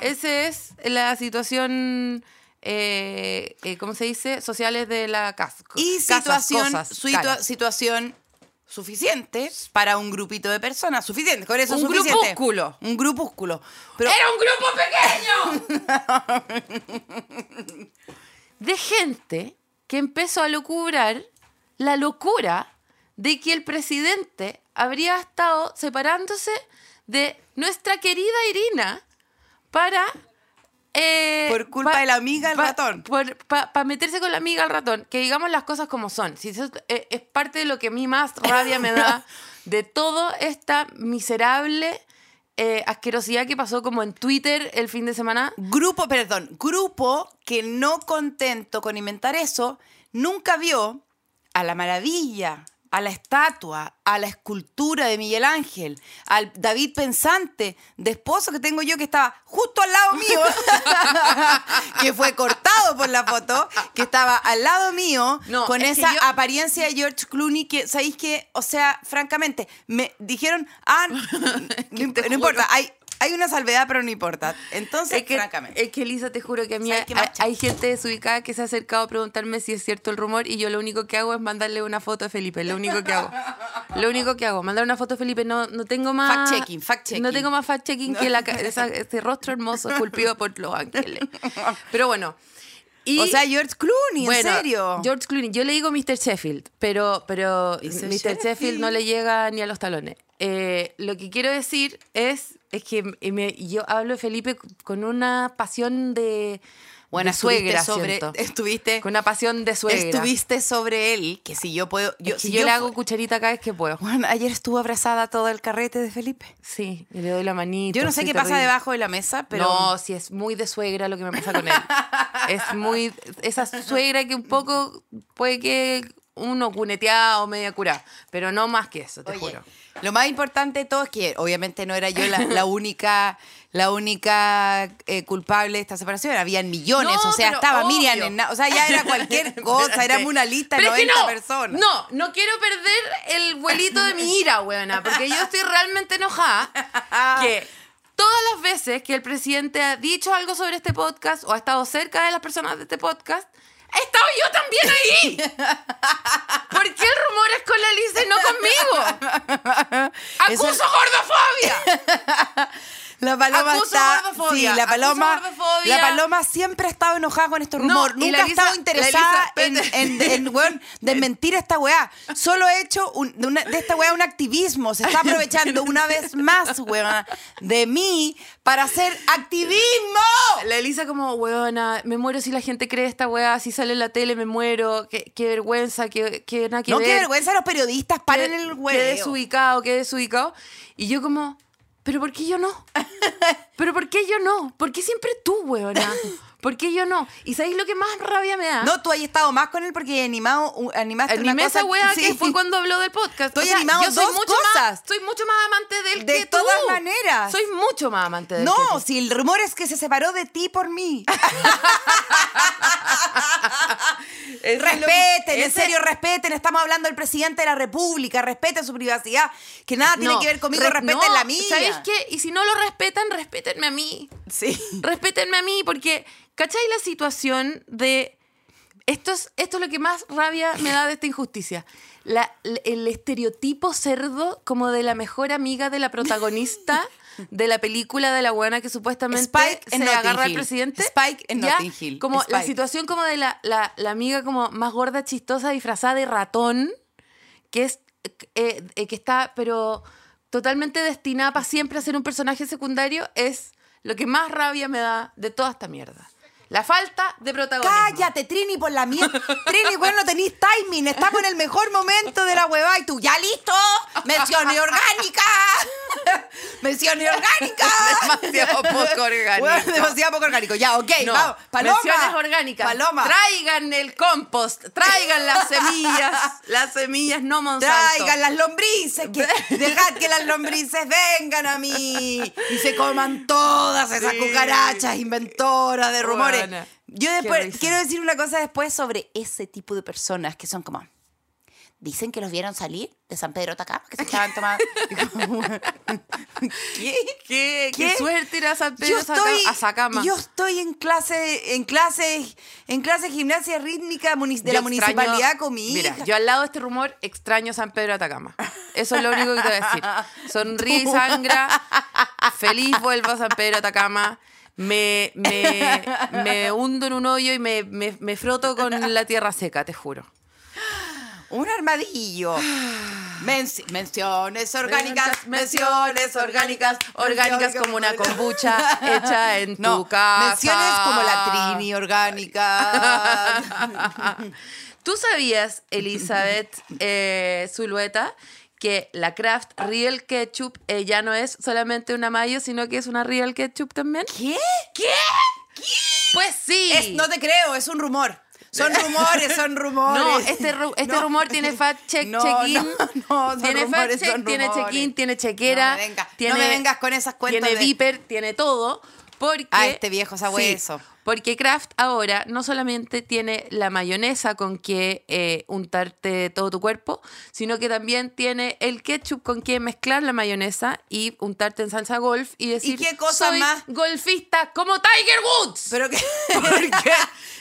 [SPEAKER 4] Esa es la situación, eh, eh, ¿cómo se dice? Sociales de la casa.
[SPEAKER 3] Y
[SPEAKER 4] casas,
[SPEAKER 3] situación,
[SPEAKER 4] cosas,
[SPEAKER 3] situa-
[SPEAKER 4] caras.
[SPEAKER 3] situación suficiente para un grupito de personas. Suficiente, con eso es
[SPEAKER 4] Un
[SPEAKER 3] suficiente.
[SPEAKER 4] grupúsculo.
[SPEAKER 3] Un grupúsculo. Pero
[SPEAKER 4] ¡Era un grupo pequeño! de gente que empezó a lucubrar la locura de que el presidente habría estado separándose de nuestra querida Irina para... eh,
[SPEAKER 3] Por culpa de la amiga al
[SPEAKER 4] pa-
[SPEAKER 3] ratón.
[SPEAKER 4] Para meterse con la amiga al ratón. Que digamos las cosas como son. Si eso es, eh, es parte de lo que a mí más rabia me da de toda esta miserable eh, asquerosidad que pasó como en Twitter el fin de semana.
[SPEAKER 3] Grupo, perdón, grupo que no contento con inventar eso, nunca vio a la maravilla, a la estatua, a la escultura de Miguel Ángel, al David Pensante, de esposo que tengo yo que estaba justo al lado mío, que fue cortado por la foto, que estaba al lado mío,
[SPEAKER 4] No,
[SPEAKER 3] con
[SPEAKER 4] es que
[SPEAKER 3] esa
[SPEAKER 4] yo-
[SPEAKER 3] apariencia de George Clooney que, ¿sabéis qué? O sea, francamente, me dijeron, ah, no, imp-
[SPEAKER 4] te
[SPEAKER 3] no importa, hay, hay una salvedad, pero no importa. Entonces,
[SPEAKER 4] Es que,
[SPEAKER 3] francamente.
[SPEAKER 4] es que, Elisa, te juro que a mí
[SPEAKER 3] ¿Sabes
[SPEAKER 4] hay,
[SPEAKER 3] qué, macha?
[SPEAKER 4] hay gente desubicada que se ha acercado a preguntarme si es cierto el rumor y yo lo único que hago es mandarle una foto a Felipe, lo único que hago. Lo único que hago, mandar una foto a Felipe, no, no tengo más...
[SPEAKER 3] Fact-checking, fact-checking.
[SPEAKER 4] No tengo más fact-checking que la ca- esa- ese rostro hermoso esculpido por Los Ángeles. Pero bueno. Y,
[SPEAKER 3] o sea, George Clooney,
[SPEAKER 4] bueno,
[SPEAKER 3] en serio.
[SPEAKER 4] George Clooney, yo le digo Mr. Sheffield, pero, pero
[SPEAKER 3] Mr.
[SPEAKER 4] Mr. Sheffield no
[SPEAKER 3] Sheffield.
[SPEAKER 4] le llega ni a los talones. Eh, lo que quiero decir es, es que y me- yo hablo de Felipe con una pasión de,
[SPEAKER 3] Bueno,
[SPEAKER 4] de suegra,
[SPEAKER 3] estuviste sobre,
[SPEAKER 4] siento.
[SPEAKER 3] estuviste,
[SPEAKER 4] con una pasión de suegra.
[SPEAKER 3] estuviste sobre él, que si yo puedo,
[SPEAKER 4] Es
[SPEAKER 3] yo,
[SPEAKER 4] que
[SPEAKER 3] si
[SPEAKER 4] yo, le
[SPEAKER 3] fu-
[SPEAKER 4] hago cucharita cada vez que puedo.
[SPEAKER 3] Juan, ayer estuvo abrazada todo el carrete de Felipe.
[SPEAKER 4] Sí, y le doy la manita.
[SPEAKER 3] Yo no sé
[SPEAKER 4] soy
[SPEAKER 3] qué pasa
[SPEAKER 4] terrible.
[SPEAKER 3] debajo de la mesa, pero
[SPEAKER 4] No, si es muy de suegra lo que me pasa con él. es muy. Esa suegra que un poco puede que uno cuneteado, media curada. Pero no más que eso, te
[SPEAKER 3] Oye,
[SPEAKER 4] juro.
[SPEAKER 3] Lo más importante de todo es que obviamente no era yo la, la única, la única eh, culpable de esta separación. Habían millones,
[SPEAKER 4] No,
[SPEAKER 3] o sea,
[SPEAKER 4] pero
[SPEAKER 3] estaba Miriam,
[SPEAKER 4] obvio.
[SPEAKER 3] en na- o sea, ya era cualquier cosa, éramos una lista de
[SPEAKER 4] Pero es que
[SPEAKER 3] 90
[SPEAKER 4] no,
[SPEAKER 3] personas.
[SPEAKER 4] No, no quiero perder el vuelito de mi ira, huevona, porque yo estoy realmente enojada que todas las veces que el presidente ha dicho algo sobre este podcast o ha estado cerca de las personas de este podcast, he estado yo también ahí. ¿Por qué el rumor es con la Lisa y no conmigo?
[SPEAKER 3] Eso-
[SPEAKER 4] ¡Acuso gordofobia!
[SPEAKER 3] La paloma
[SPEAKER 4] Acuso
[SPEAKER 3] está, sí,
[SPEAKER 4] gordofobia,
[SPEAKER 3] la paloma,
[SPEAKER 4] acuso gordofobia.
[SPEAKER 3] la paloma siempre ha estado enojada con estos
[SPEAKER 4] No,
[SPEAKER 3] rumores,
[SPEAKER 4] y la
[SPEAKER 3] nunca ha
[SPEAKER 4] Elisa-
[SPEAKER 3] estado
[SPEAKER 4] la
[SPEAKER 3] interesada
[SPEAKER 4] Elisa- espérate.
[SPEAKER 3] en, en- en, weón, desmentir esta weá. Solo he hecho un- de, una- de esta weá un activismo, se está aprovechando una vez más, weón, de mí para hacer activismo.
[SPEAKER 4] La Elisa como, huevona, me muero si la gente cree esta hueá, si sale en la tele me muero, qué, qué vergüenza, qué, qué nada que
[SPEAKER 3] no,
[SPEAKER 4] ver.
[SPEAKER 3] qué vergüenza los periodistas, paren el
[SPEAKER 4] Eh, que
[SPEAKER 3] huevo.
[SPEAKER 4] desubicado, quedé desubicado. Y yo como, ¿pero por qué yo no? ¿Pero por qué yo no? ¿Por qué siempre tú, huevona? ¿Por qué yo no? ¿Y sabéis lo que más rabia me da?
[SPEAKER 3] No, tú has estado más con él porque animado, un- animaste una
[SPEAKER 4] Animé
[SPEAKER 3] cosa-
[SPEAKER 4] esa hueá
[SPEAKER 3] sí.
[SPEAKER 4] que fue cuando habló del podcast.
[SPEAKER 3] Tú has animado
[SPEAKER 4] yo soy
[SPEAKER 3] dos
[SPEAKER 4] mucho
[SPEAKER 3] cosas.
[SPEAKER 4] Más, soy mucho más amante de él
[SPEAKER 3] De
[SPEAKER 4] que tú.
[SPEAKER 3] todas maneras.
[SPEAKER 4] Soy mucho más amante de él. que
[SPEAKER 3] No,
[SPEAKER 4] tú.
[SPEAKER 3] si el rumor es que se separó de ti por mí. respeten, en
[SPEAKER 4] ese-
[SPEAKER 3] serio, respeten. Estamos hablando del presidente de la República. Respeten su privacidad. Que nada tiene
[SPEAKER 4] No,
[SPEAKER 3] que ver conmigo.
[SPEAKER 4] re-
[SPEAKER 3] respeten
[SPEAKER 4] no,
[SPEAKER 3] la mía.
[SPEAKER 4] ¿Sabéis qué? Y si no lo respetan, respétenme a mí.
[SPEAKER 3] Sí.
[SPEAKER 4] Respétenme a mí, porque, ¿cacháis la situación de. Esto es, esto es lo que más rabia me da de esta injusticia. La- l- el estereotipo cerdo como de la mejor amiga de la protagonista de la película de la buena que supuestamente
[SPEAKER 3] Spike
[SPEAKER 4] se
[SPEAKER 3] en Notting
[SPEAKER 4] agarra al
[SPEAKER 3] Hill.
[SPEAKER 4] presidente.
[SPEAKER 3] Spike en
[SPEAKER 4] ¿ya?
[SPEAKER 3] Notting Hill.
[SPEAKER 4] Como la
[SPEAKER 3] Spike.
[SPEAKER 4] situación como de la, la- la amiga como más gorda, chistosa, disfrazada de ratón, que es eh, eh, que está, pero totalmente destinada para siempre a ser un personaje secundario, es lo que más rabia me da de toda esta mierda. La falta de protagonismo.
[SPEAKER 3] Cállate, Trini, por la mierda. Trini, bueno, no tenés timing. Estás en el mejor momento de la huevada. Y tú, ¿ya listo? ¡Mención orgánica! ¡Mención orgánica!
[SPEAKER 4] Demasiado poco orgánico.
[SPEAKER 3] Bueno, demasiado poco orgánico. Ya, ok,
[SPEAKER 4] No,
[SPEAKER 3] vamos. Paloma.
[SPEAKER 4] menciones orgánicas.
[SPEAKER 3] Paloma.
[SPEAKER 4] Traigan el compost, traigan las semillas, las semillas no Monsanto.
[SPEAKER 3] Traigan las lombrices, que, dejad que las lombrices vengan a mí y se coman todas esas
[SPEAKER 4] Sí.
[SPEAKER 3] cucarachas inventoras de rumores.
[SPEAKER 4] Buena.
[SPEAKER 3] Yo
[SPEAKER 4] Qué
[SPEAKER 3] después
[SPEAKER 4] risa.
[SPEAKER 3] quiero decir una cosa después sobre ese tipo de personas que son como dicen que los vieron salir de San Pedro Atacama, que se estaban tomando. Y como, ¿Qué?
[SPEAKER 4] ¿Qué,
[SPEAKER 3] ¿Qué?
[SPEAKER 4] qué suerte ir a San Pedro
[SPEAKER 3] Yo
[SPEAKER 4] a Saca-
[SPEAKER 3] estoy,
[SPEAKER 4] a Sacama.
[SPEAKER 3] yo estoy en clase, en clase, en clase de gimnasia rítmica muni- de la
[SPEAKER 4] Yo extraño-
[SPEAKER 3] municipalidad con mi hija.
[SPEAKER 4] Mira, yo al lado de este rumor extraño San Pedro de Atacama. Eso es lo único que te voy a decir. Sonríe y sangra. Feliz vuelvo a San Pedro de Atacama. Me, me, me hundo en un hoyo y me, me, me froto con la tierra seca, te juro.
[SPEAKER 3] Un armadillo.
[SPEAKER 4] Ah.
[SPEAKER 3] Menci- menciones orgánicas, menciones orgánicas,
[SPEAKER 4] orgánicas como una kombucha hecha en
[SPEAKER 3] No,
[SPEAKER 4] tu casa.
[SPEAKER 3] menciones como la trini orgánica.
[SPEAKER 4] ¿Tú sabías, Elizabeth eh, Zulueta, que la Kraft Real Ketchup eh, ya no es solamente una mayo, sino que es una Real Ketchup también?
[SPEAKER 3] ¿Qué?
[SPEAKER 4] Pues sí.
[SPEAKER 3] Es- no te creo, es un rumor. Son rumores, son rumores.
[SPEAKER 4] No, este, ru- este
[SPEAKER 3] No.
[SPEAKER 4] rumor tiene fact check,
[SPEAKER 3] No,
[SPEAKER 4] check-in.
[SPEAKER 3] No, no, son
[SPEAKER 4] tiene fact
[SPEAKER 3] rumores,
[SPEAKER 4] check,
[SPEAKER 3] son
[SPEAKER 4] tiene
[SPEAKER 3] rumores.
[SPEAKER 4] check-in, tiene chequera.
[SPEAKER 3] No me, vengas- no
[SPEAKER 4] tiene,
[SPEAKER 3] me vengas con esas cuentas
[SPEAKER 4] Tiene
[SPEAKER 3] de-
[SPEAKER 4] viper, tiene todo. Porque,
[SPEAKER 3] Ah, este viejo sabe eso.
[SPEAKER 4] Porque Kraft ahora no solamente tiene la mayonesa con que eh, untarte todo tu cuerpo, sino que también tiene el ketchup con que mezclar la mayonesa y untarte en salsa golf y decir,
[SPEAKER 3] qué cosa
[SPEAKER 4] soy
[SPEAKER 3] más?
[SPEAKER 4] golfista como Tiger Woods.
[SPEAKER 3] Pero que,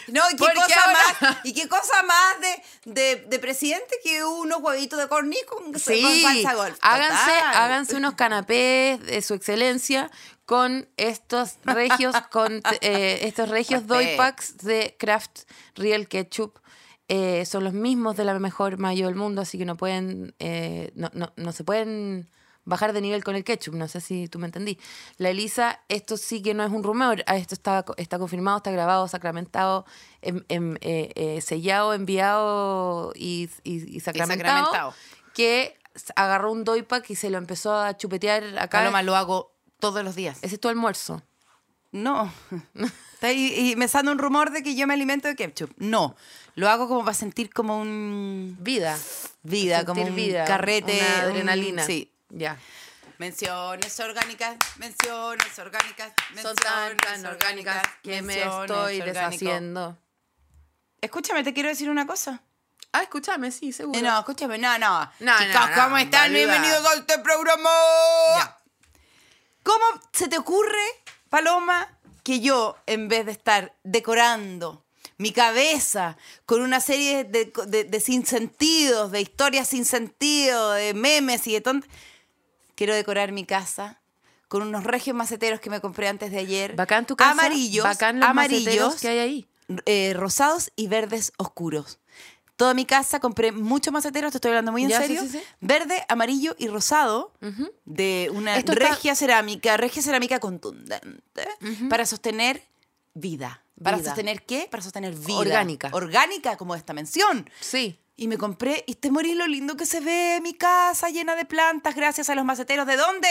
[SPEAKER 3] No, ¿y qué,
[SPEAKER 4] Porque
[SPEAKER 3] cosa
[SPEAKER 4] ahora-
[SPEAKER 3] más, ¿y qué cosa más de, de, de presidente que unos huevitos de corní con, con salsa golf?
[SPEAKER 4] Háganse,
[SPEAKER 3] Total.
[SPEAKER 4] háganse unos canapés de su excelencia con estos regios, con eh, estos regios
[SPEAKER 3] Respeto.
[SPEAKER 4] doy packs de Kraft Real Ketchup. Eh, son los mismos de la mejor mayo del mundo, así que no pueden, eh, no, no, no se pueden bajar de nivel con el ketchup. No sé si tú me entendí. La Elisa, esto sí que no es un rumor. Ah, Esto está, co- está confirmado, está grabado, sacramentado, em- em, eh, eh, sellado, enviado y, y- y sacramentado.
[SPEAKER 3] sacramentado.
[SPEAKER 4] Que s- agarró un doipack y se lo empezó a chupetear acá.
[SPEAKER 3] Paloma, lo hago todos los días.
[SPEAKER 4] Ese es tu almuerzo.
[SPEAKER 3] No. Está ahí y me sale un rumor de que yo me alimento de ketchup. No. Lo hago como para sentir como un
[SPEAKER 4] Vida.
[SPEAKER 3] vida, como
[SPEAKER 4] Sentir
[SPEAKER 3] un
[SPEAKER 4] vida,
[SPEAKER 3] carrete,
[SPEAKER 4] una
[SPEAKER 3] un-
[SPEAKER 4] adrenalina.
[SPEAKER 3] sí.
[SPEAKER 4] Ya.
[SPEAKER 3] Menciones orgánicas, menciones orgánicas,
[SPEAKER 4] Son tan, tan orgánicas que me estoy deshaciendo.
[SPEAKER 3] Escúchame, te quiero decir una cosa.
[SPEAKER 4] Ah, escúchame, sí, seguro.
[SPEAKER 3] Eh, no, escúchame, no, no.
[SPEAKER 4] No,
[SPEAKER 3] Chicos,
[SPEAKER 4] no, no,
[SPEAKER 3] ¿cómo están?
[SPEAKER 4] boluda.
[SPEAKER 3] Bienvenidos a este programa.
[SPEAKER 4] Ya.
[SPEAKER 3] ¿Cómo se te ocurre, Paloma, que yo, en vez de estar decorando mi cabeza con una serie de, de- de sinsentidos, de historias sin sentido, de memes y de tontas, quiero decorar mi casa con unos regios maceteros que me compré antes de ayer.
[SPEAKER 4] Bacán tu casa.
[SPEAKER 3] Amarillos.
[SPEAKER 4] Bacán los
[SPEAKER 3] amarillos
[SPEAKER 4] maceteros que hay ahí.
[SPEAKER 3] eh, rosados y verdes oscuros. Toda mi casa compré muchos maceteros, te estoy hablando muy en
[SPEAKER 4] Ya, sí,
[SPEAKER 3] serio.
[SPEAKER 4] sí, sí.
[SPEAKER 3] Verde, amarillo y rosado de una
[SPEAKER 4] Esto está-
[SPEAKER 3] regia cerámica, regia cerámica contundente para sostener vida. ¿Para
[SPEAKER 4] Vida.
[SPEAKER 3] sostener qué? Para sostener vida.
[SPEAKER 4] Orgánica.
[SPEAKER 3] Orgánica, como esta mención.
[SPEAKER 4] Sí.
[SPEAKER 3] Y me compré, y te morís lo lindo que se ve mi casa llena de plantas gracias a los maceteros. ¿De dónde?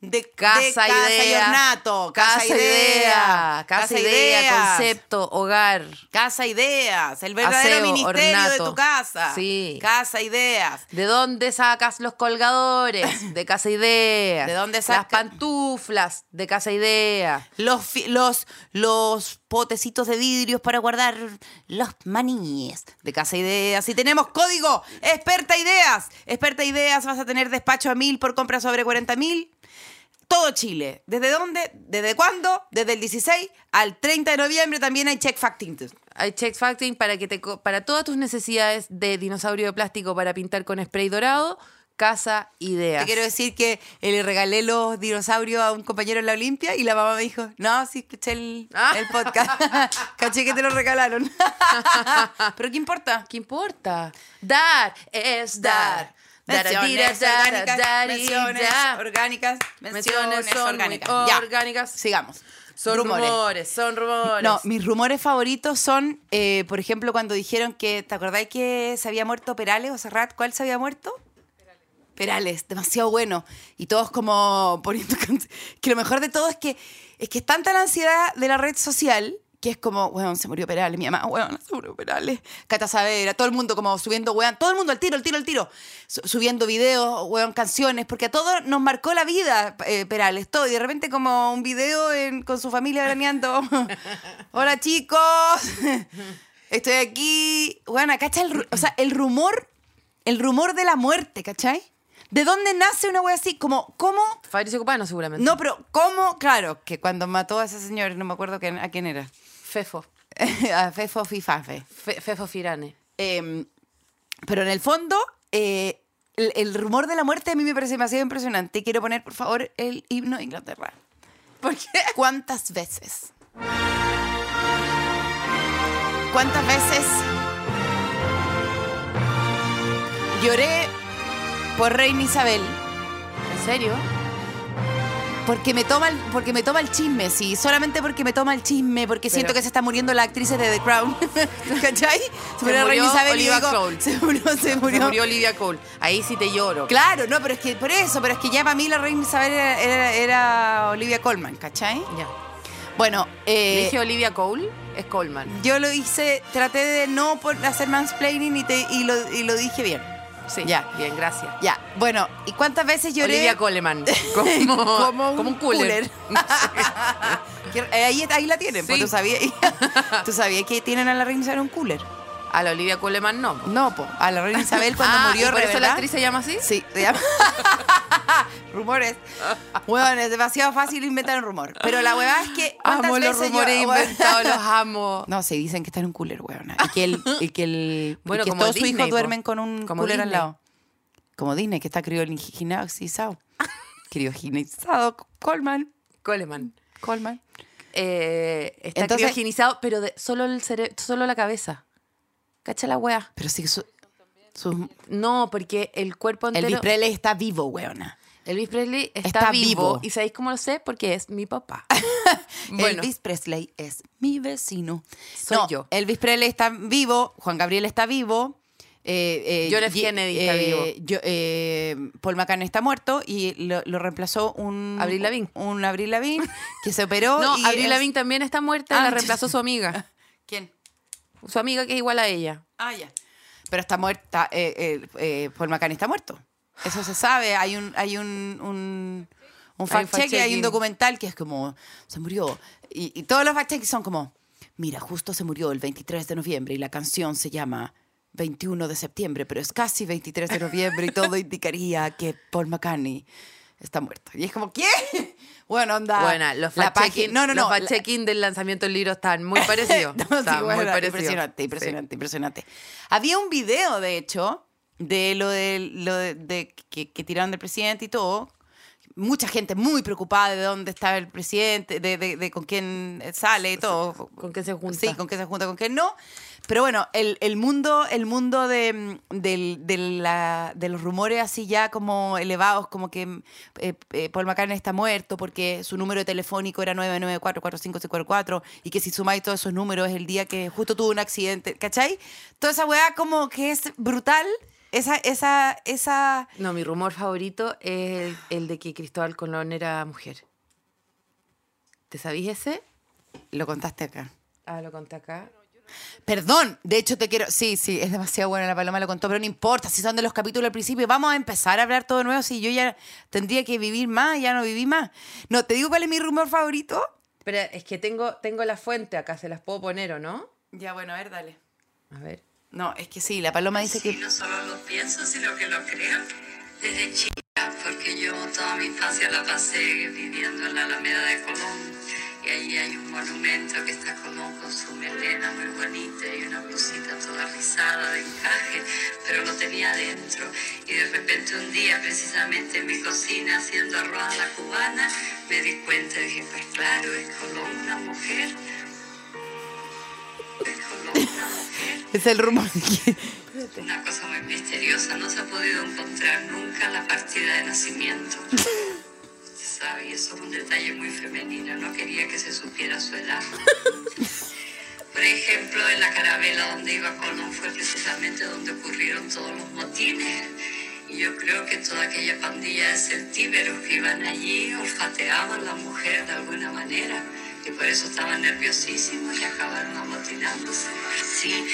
[SPEAKER 3] De
[SPEAKER 4] Casa,
[SPEAKER 3] de
[SPEAKER 4] idea.
[SPEAKER 3] y ornato. Casa, idea.
[SPEAKER 4] Casa idea,
[SPEAKER 3] ideas.
[SPEAKER 4] concepto, hogar.
[SPEAKER 3] Casa Ideas, el verdadero
[SPEAKER 4] Aseo,
[SPEAKER 3] ministerio de
[SPEAKER 4] ornato.
[SPEAKER 3] tu casa.
[SPEAKER 4] Sí.
[SPEAKER 3] Casa Ideas.
[SPEAKER 4] ¿De dónde sacas los colgadores? De casa idea.
[SPEAKER 3] ¿De dónde
[SPEAKER 4] Las
[SPEAKER 3] saca-
[SPEAKER 4] pantuflas de casa idea.
[SPEAKER 3] Los, fi- los, los potecitos de vidrios para guardar los maníes de Casa Ideas. Y tenemos código, experta ideas. Experta ideas, vas a tener despacho a mil por compra sobre 40 mil. Todo Chile. ¿Desde dónde? ¿Desde cuándo? Desde el 16 al 30 de noviembre también hay check facting.
[SPEAKER 4] Hay Check Factoring para que te co- para todas tus necesidades de dinosaurio de plástico para pintar con spray dorado, casa idea.
[SPEAKER 3] Te quiero decir que eh, le regalé los dinosaurios a un compañero en la Olimpia y la mamá me dijo, no, sí, escuché el,
[SPEAKER 4] Ah.
[SPEAKER 3] el podcast. Caché que te lo regalaron. Pero ¿qué importa?
[SPEAKER 4] ¿Qué importa? Dar es dar. Dar a tiras,
[SPEAKER 3] Menciones
[SPEAKER 4] dar a dar y
[SPEAKER 3] menciones
[SPEAKER 4] dar.
[SPEAKER 3] orgánicas, menciones
[SPEAKER 4] son muy
[SPEAKER 3] orgánicas. Ya.
[SPEAKER 4] orgánicas.
[SPEAKER 3] Sigamos.
[SPEAKER 4] Son rumores. son rumores.
[SPEAKER 3] No, mis rumores favoritos son, eh, por ejemplo, cuando dijeron que, ¿te acordáis que se había muerto Perales o Serrat? ¿Cuál se había muerto? Perales, demasiado bueno. Y todos como poniendo... can- Que lo mejor de todo es que es que es tanta la ansiedad de la red social que es como, weón, se murió Perales, mi mamá, weón, se murió Perales. Cata Saavedra, todo el mundo como subiendo, weón, todo el mundo al tiro, al tiro, al tiro. Su- subiendo videos, weón, canciones, porque a todos nos marcó la vida eh, Perales, todo. Y de repente como un video en- con su familia graneando. Hola chicos, estoy aquí. Weón, ¿cacha el, ru- o sea, el rumor el rumor de la muerte, ¿cachai? ¿De dónde nace una wea así? Como, ¿cómo?
[SPEAKER 4] Fabricio Copano seguramente.
[SPEAKER 3] No, pero ¿cómo? Claro, que cuando mató a ese señor, no me acuerdo quién- a quién era.
[SPEAKER 4] Fefo.
[SPEAKER 3] a Fefo Fifafe.
[SPEAKER 4] Fe- Fefo Firane.
[SPEAKER 3] Em, pero en el fondo, eh, el, el rumor de la muerte a mí me parece demasiado impresionante. Quiero poner, por favor, el himno de Inglaterra. ¿Por qué? ¿Cuántas veces? ¿Cuántas veces lloré por Reina Isabel?
[SPEAKER 4] ¿En serio?
[SPEAKER 3] Porque me toma el, porque me toma el chisme, sí. Solamente porque me toma el chisme, porque siento
[SPEAKER 4] Pero-
[SPEAKER 3] que se está muriendo la actriz de The Crown. ¿Cachai? Se
[SPEAKER 4] murió
[SPEAKER 3] y
[SPEAKER 4] Olivia
[SPEAKER 3] digo,
[SPEAKER 4] Cole.
[SPEAKER 3] Se murió, se
[SPEAKER 4] Se
[SPEAKER 3] murió.
[SPEAKER 4] murió Olivia Cole. Ahí sí te lloro.
[SPEAKER 3] Claro, no, pero es que por eso, pero es que ya para mí la reina Isabel era, era- era Olivia Colman, ¿cachai?
[SPEAKER 4] Ya.
[SPEAKER 3] Bueno, eh,
[SPEAKER 4] Dije Olivia Cole, es Coleman.
[SPEAKER 3] yo lo hice, traté de no por hacer mansplaining y, te- y, lo, y lo dije bien.
[SPEAKER 4] Sí.
[SPEAKER 3] Ya.
[SPEAKER 4] Bien, gracias.
[SPEAKER 3] Ya, bueno, ¿y cuántas veces lloré?
[SPEAKER 4] Olivia Coleman. Como,
[SPEAKER 3] como un,
[SPEAKER 4] cooler.
[SPEAKER 3] cooler. Que, eh, ahí, ahí la tienen, pues,
[SPEAKER 4] Sí.
[SPEAKER 3] tú sabías, tú sabías que tienen a la reina Isabel un cooler.
[SPEAKER 4] A la Olivia Coleman no. po.
[SPEAKER 3] No, po, a la reina Isabel cuando
[SPEAKER 4] Ah,
[SPEAKER 3] murió
[SPEAKER 4] ¿y por eso la
[SPEAKER 3] revelá-
[SPEAKER 4] actriz se llama así?
[SPEAKER 3] Sí, se llama. Rumores. Bueno, es demasiado fácil inventar un rumor. Pero la huevada es que. ¿cuántas
[SPEAKER 4] Amo los
[SPEAKER 3] veces yo-
[SPEAKER 4] rumores
[SPEAKER 3] huevón?
[SPEAKER 4] inventados, los amo.
[SPEAKER 3] No, se dicen que está en un cooler, huevona. Y que, el, y que, el, y
[SPEAKER 4] Bueno,
[SPEAKER 3] que
[SPEAKER 4] como
[SPEAKER 3] todos sus
[SPEAKER 4] Disney,
[SPEAKER 3] hijos
[SPEAKER 4] po.
[SPEAKER 3] duermen con un
[SPEAKER 4] Como
[SPEAKER 3] cooler al
[SPEAKER 4] Disney.
[SPEAKER 3] lado. Como Disney, que está criogenizado. Criogenizado, Coleman.
[SPEAKER 4] Coleman.
[SPEAKER 3] Coleman.
[SPEAKER 4] Eh, está
[SPEAKER 3] Entonces-
[SPEAKER 4] criogenizado, pero de- solo, el cere- solo la cabeza. ¿Cacha la wea?
[SPEAKER 3] Pero sí que su- su-
[SPEAKER 4] No, porque el cuerpo
[SPEAKER 3] el
[SPEAKER 4] entero.
[SPEAKER 3] Disprele está vivo, huevona.
[SPEAKER 4] Elvis Presley está,
[SPEAKER 3] Está
[SPEAKER 4] vivo.
[SPEAKER 3] vivo.
[SPEAKER 4] ¿Y sabéis cómo lo sé? Porque es mi papá.
[SPEAKER 3] Bueno.
[SPEAKER 4] Bueno.
[SPEAKER 3] Elvis Presley es mi vecino.
[SPEAKER 4] Soy
[SPEAKER 3] No,
[SPEAKER 4] yo.
[SPEAKER 3] Elvis Presley está vivo, Juan Gabriel está vivo. Eh, eh,
[SPEAKER 4] John F.
[SPEAKER 3] Ye-
[SPEAKER 4] Kennedy está vivo.
[SPEAKER 3] yo- eh, Paul McCartney está muerto y lo, lo reemplazó un
[SPEAKER 4] Avril Lavigne.
[SPEAKER 3] Un Abril Lavigne que se operó.
[SPEAKER 4] No,
[SPEAKER 3] y
[SPEAKER 4] Avril
[SPEAKER 3] es-
[SPEAKER 4] Lavigne también está muerta,
[SPEAKER 3] Ah,
[SPEAKER 4] la
[SPEAKER 3] ya.
[SPEAKER 4] reemplazó su amiga.
[SPEAKER 3] ¿Quién?
[SPEAKER 4] Su amiga que es igual a ella.
[SPEAKER 3] Ah, ya. Pero está muerta. eh, eh, eh, Paul McCartney está muerto. Eso se sabe. Hay un, hay un, un, un fact check y hay un
[SPEAKER 4] fact-checking.
[SPEAKER 3] documental que es como se murió. Y, y todos los fact checks son como, mira, justo se murió el 23 de noviembre y la canción se llama 21 de septiembre, pero es casi 23 de noviembre y todo indicaría que Paul McCartney está muerto. Y es como, ¿qué? Bueno, onda.
[SPEAKER 4] bueno, los
[SPEAKER 3] Ah, la
[SPEAKER 4] fact-checking
[SPEAKER 3] página- No, no, no. la-
[SPEAKER 4] los fact-checking del lanzamiento del libro están muy parecidos.
[SPEAKER 3] no, sí,
[SPEAKER 4] Están
[SPEAKER 3] bueno,
[SPEAKER 4] muy parecidos.
[SPEAKER 3] Impresionante,
[SPEAKER 4] Sí.
[SPEAKER 3] impresionante, impresionante. Había un video, de hecho, de lo de, lo de, de que, que tiraron del presidente y todo. Mucha gente muy preocupada de dónde está el presidente, de, de- de con quién sale y todo.
[SPEAKER 4] Con que se junta.
[SPEAKER 3] Sí, con qué se junta, con qué no. Pero bueno, el, el mundo, el mundo de, mm, del- de la- de los rumores así ya como elevados, como que mm, eh, eh, Paul McCartney está muerto porque su número telefónico era 994-4544 y que si sumáis todos esos números es el día que justo tuvo un accidente, ¿cachai? Toda esa weá como que es brutal, esa, esa, esa...
[SPEAKER 4] No, mi rumor favorito es el, el de que Cristóbal Colón era mujer. ¿Te sabías ese?
[SPEAKER 3] Lo contaste acá.
[SPEAKER 4] Ah, lo conté acá.
[SPEAKER 3] Perdón, de hecho te quiero. Sí, sí, es demasiado bueno, la Paloma lo contó, pero no importa si son de los capítulos al principio. Vamos a empezar a hablar todo de nuevo. Si yo ya tendría que vivir más, ya no viví más. No, te digo cuál es mi rumor favorito.
[SPEAKER 4] Pero es que tengo, tengo la fuente acá, se las puedo poner, ¿o no?
[SPEAKER 3] Ya, bueno, a ver, dale.
[SPEAKER 4] A ver.
[SPEAKER 3] No, es que sí, la Paloma dice
[SPEAKER 5] Y
[SPEAKER 3] que.
[SPEAKER 5] no solo lo pienso, sino que lo creo desde chica, porque yo toda mi infancia la pasé viviendo en la Alameda de Colón. Y allí hay un monumento que está Colón con su melena muy bonita y una blusita toda rizada de encaje, pero lo tenía adentro. Y de repente un día, precisamente en mi cocina, haciendo arroz a la cubana, me di cuenta y dije, pues claro, es Colón una mujer. Es Colón una mujer.
[SPEAKER 3] Es el rumor que.
[SPEAKER 5] Una cosa muy misteriosa, no se ha podido encontrar nunca la partida de nacimiento. Se sabe, y eso es un detalle muy femenino, no quería que se supiera su edad. Por ejemplo, en la carabela donde iba Colón fue precisamente donde ocurrieron todos los motines. Y yo creo que toda aquella pandilla de celtíberos que iban allí olfateaban a la mujer de alguna manera. Y por eso estaban nerviosísimos y acabaron amotinándose. Sí,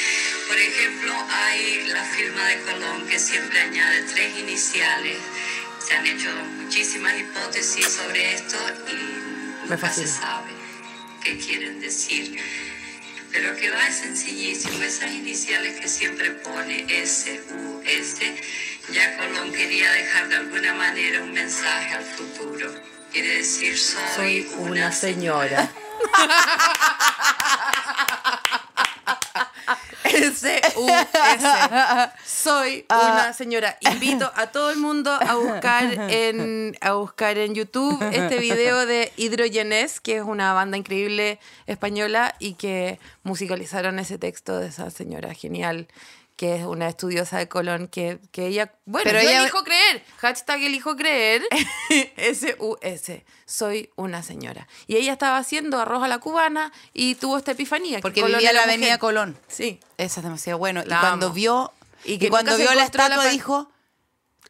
[SPEAKER 5] por ejemplo, hay la firma de Colón que siempre añade tres iniciales. Se han hecho muchísimas hipótesis sobre esto y
[SPEAKER 4] Me
[SPEAKER 5] nunca se
[SPEAKER 4] fascina.
[SPEAKER 5] sabe qué quieren decir. Pero que va es sencillísimo, esas iniciales que siempre pone S-U-S, este, ya Colón quería dejar de alguna manera un mensaje al futuro. Quiere decir, soy, una
[SPEAKER 4] señora. S U S. Soy
[SPEAKER 3] Ah.
[SPEAKER 4] una señora. Invito a todo el mundo a buscar en a buscar en YouTube este video de Hidrogenes, que es una banda increíble española y que musicalizaron ese texto de esa señora genial que es una estudiosa de Colón que, que ella bueno
[SPEAKER 3] Pero
[SPEAKER 4] yo
[SPEAKER 3] ella-
[SPEAKER 4] elijo creer hashtag elijo creer S U S soy una señora y ella estaba haciendo arroz a la cubana y tuvo esta epifanía que
[SPEAKER 3] Porque
[SPEAKER 4] Colón
[SPEAKER 3] vivía en
[SPEAKER 4] era
[SPEAKER 3] la avenida
[SPEAKER 4] mujer.
[SPEAKER 3] Colón.
[SPEAKER 4] sí
[SPEAKER 3] Esa es demasiado bueno. y
[SPEAKER 4] La
[SPEAKER 3] cuando
[SPEAKER 4] amo.
[SPEAKER 3] vio.
[SPEAKER 4] Y
[SPEAKER 3] Y,
[SPEAKER 4] que
[SPEAKER 3] cuando
[SPEAKER 4] nunca se
[SPEAKER 3] vio la
[SPEAKER 4] encontró la
[SPEAKER 3] estatua
[SPEAKER 4] par-
[SPEAKER 3] dijo.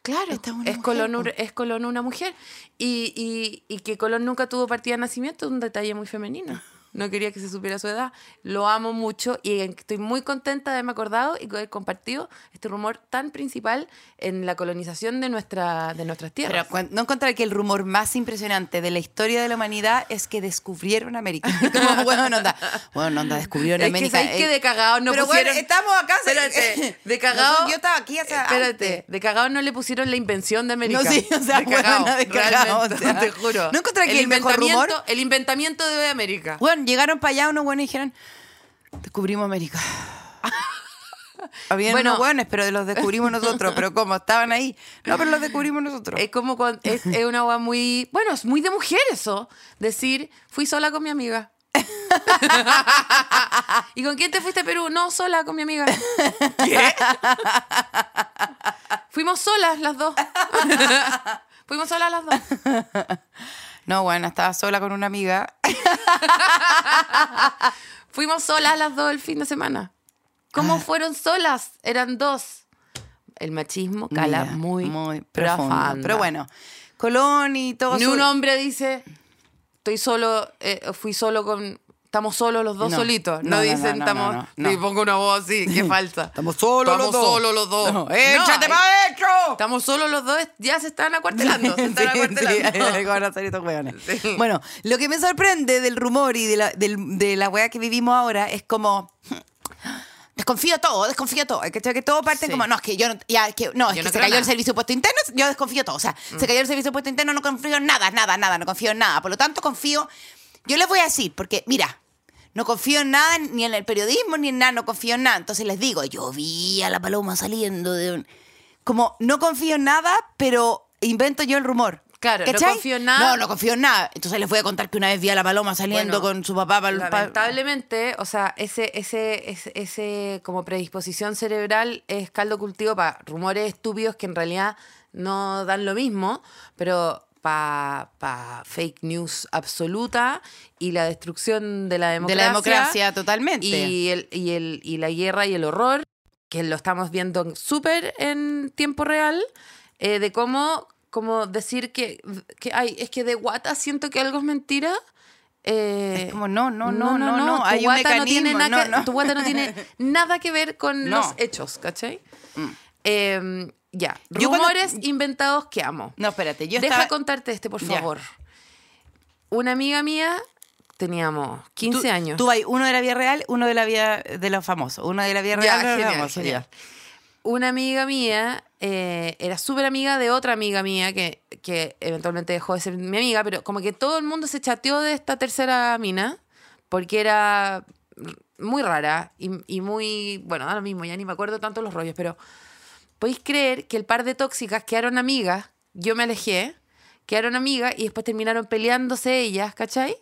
[SPEAKER 4] Claro,
[SPEAKER 3] Esta es una
[SPEAKER 4] es
[SPEAKER 3] mujer,
[SPEAKER 4] Colón,
[SPEAKER 3] po.
[SPEAKER 4] un- es Colón una mujer. Y, y- y que Colón nunca tuvo partida de nacimiento, un detalle muy femenino. No quería que se supiera su edad. Lo amo mucho y estoy muy contenta de haberme acordado y de haber compartido este rumor tan principal en la colonización de, nuestra, de nuestras
[SPEAKER 3] Pero
[SPEAKER 4] tierras.
[SPEAKER 3] cuan- no encontré que el rumor más impresionante de la historia de la humanidad es que descubrieron América. Como, bueno, onda. Bueno, onda, descubrieron
[SPEAKER 4] es que
[SPEAKER 3] América.
[SPEAKER 4] sabéis que
[SPEAKER 3] eh.
[SPEAKER 4] de cagado no
[SPEAKER 3] Pero
[SPEAKER 4] pusieron...
[SPEAKER 3] bueno, estamos acá. se-
[SPEAKER 4] Espérate, de cagao-
[SPEAKER 3] yo estaba aquí hace
[SPEAKER 4] Espérate, de cagado no le pusieron la invención de América.
[SPEAKER 3] No, sí, o sea,
[SPEAKER 4] de cagao,
[SPEAKER 3] huevona, de cagao,
[SPEAKER 4] realmente,
[SPEAKER 3] o sea.
[SPEAKER 4] te juro.
[SPEAKER 3] ¿No encontré que el mejor rumor?
[SPEAKER 4] inventamiento- El inventamiento de América.
[SPEAKER 3] Bueno, llegaron para allá unos buenos y dijeron, descubrimos América. Habían
[SPEAKER 4] Bueno.
[SPEAKER 3] unos buenos, pero los descubrimos nosotros. Pero ¿cómo? Estaban ahí. No, pero los descubrimos nosotros.
[SPEAKER 4] Es como cuando, es, es una agua muy. Bueno, es muy de mujer eso. Decir, fui sola con mi amiga. ¿Y con quién te fuiste a Perú? No, sola con mi amiga. Fuimos solas las dos. Fuimos solas las dos.
[SPEAKER 3] No, bueno, estaba sola con una amiga.
[SPEAKER 4] Fuimos solas las dos el fin de semana. ¿Cómo fueron solas? Eran dos. El machismo cala
[SPEAKER 3] Mira,
[SPEAKER 4] muy, muy
[SPEAKER 3] profundo. Pero bueno, Colón y todo
[SPEAKER 4] Ni
[SPEAKER 3] su-
[SPEAKER 4] un hombre dice, estoy solo, eh, fui solo con, estamos solos los dos
[SPEAKER 3] No,
[SPEAKER 4] solitos.
[SPEAKER 3] no,
[SPEAKER 4] No,
[SPEAKER 3] no,
[SPEAKER 4] dicen,
[SPEAKER 3] no, no,
[SPEAKER 4] estamos,
[SPEAKER 3] no, no.
[SPEAKER 4] y pongo una voz así, qué falsa.
[SPEAKER 3] Estamos solos los dos.
[SPEAKER 4] Estamos solos los dos.
[SPEAKER 3] No,
[SPEAKER 4] No,
[SPEAKER 3] ¡Échate
[SPEAKER 4] eh,
[SPEAKER 3] para adentro!
[SPEAKER 4] Estamos solos los dos, ya se están acuartelando, se están acuartelando.
[SPEAKER 3] sí, van a salir estos hueones. Bueno, lo que me sorprende del rumor y de la, del- de la hueá que vivimos ahora es como. Desconfío todo, desconfío todo. Que, que todo parte
[SPEAKER 4] Sí.
[SPEAKER 3] como, no, es que yo no, ya, es que, no, es
[SPEAKER 4] Yo
[SPEAKER 3] que
[SPEAKER 4] no
[SPEAKER 3] se
[SPEAKER 4] creo
[SPEAKER 3] cayó el
[SPEAKER 4] nada. Mm.
[SPEAKER 3] servicio de puesto interno, yo desconfío todo. O sea, se cayó el servicio de puesto interno, no confío en nada, nada, nada, no confío en nada. Por lo tanto, confío. Yo les voy a decir, porque, mira, no confío en nada, ni en el periodismo, ni en nada, no confío en nada. Entonces les digo, yo vi a la paloma saliendo de un. Como, no confío en nada, pero invento yo el rumor.
[SPEAKER 4] Claro, no
[SPEAKER 3] ¿Cachai?
[SPEAKER 4] confío en nada.
[SPEAKER 3] No, no confío en nada. Entonces les voy a contar que una vez vi a la paloma saliendo
[SPEAKER 4] Bueno,
[SPEAKER 3] con su papá para el
[SPEAKER 4] Lamentablemente, o sea, ese, ese, ese, ese como predisposición cerebral es caldo cultivo para rumores estúpidos que en realidad no dan lo mismo, pero para fake news absoluta y la destrucción de la
[SPEAKER 3] de
[SPEAKER 4] democracia.
[SPEAKER 3] la democracia totalmente.
[SPEAKER 4] Y, el, y, el, y la guerra y el horror, que lo estamos viendo súper en tiempo real, eh, de cómo como decir que, que ay, es que de guata siento que algo es mentira. eh,
[SPEAKER 3] Es como, no, no, no, no, no,
[SPEAKER 4] tu
[SPEAKER 3] hay un
[SPEAKER 4] guata no tiene
[SPEAKER 3] mecanismo,
[SPEAKER 4] nada que-
[SPEAKER 3] no, no.
[SPEAKER 4] Tu guata no tiene nada que ver con
[SPEAKER 3] No. Mm.
[SPEAKER 4] los hechos, ¿cachai? Eh, ya,
[SPEAKER 3] Yo cuando-
[SPEAKER 4] rumores inventados que amo.
[SPEAKER 3] No, espérate, yo
[SPEAKER 4] Deja
[SPEAKER 3] estaba...
[SPEAKER 4] contarte este, por
[SPEAKER 3] Ya.
[SPEAKER 4] favor. Una amiga mía, teníamos 15
[SPEAKER 3] tú,
[SPEAKER 4] años.
[SPEAKER 3] Tú hay uno de la vida real, uno de la vida de los famosos, uno de la vida real,
[SPEAKER 4] Ya,
[SPEAKER 3] uno de los
[SPEAKER 4] genial,
[SPEAKER 3] famosos,
[SPEAKER 4] genial.
[SPEAKER 3] ya.
[SPEAKER 4] una amiga mía eh, era súper amiga de otra amiga mía que, que eventualmente dejó de ser mi amiga, pero como que todo el mundo se chateó de esta tercera mina porque era r- muy rara y, y muy, bueno, da lo mismo, ya ni me acuerdo tanto los rollos, pero podéis creer que el par de tóxicas quedaron amigas, yo me alejé, quedaron amigas y después terminaron peleándose ellas, ¿cachai?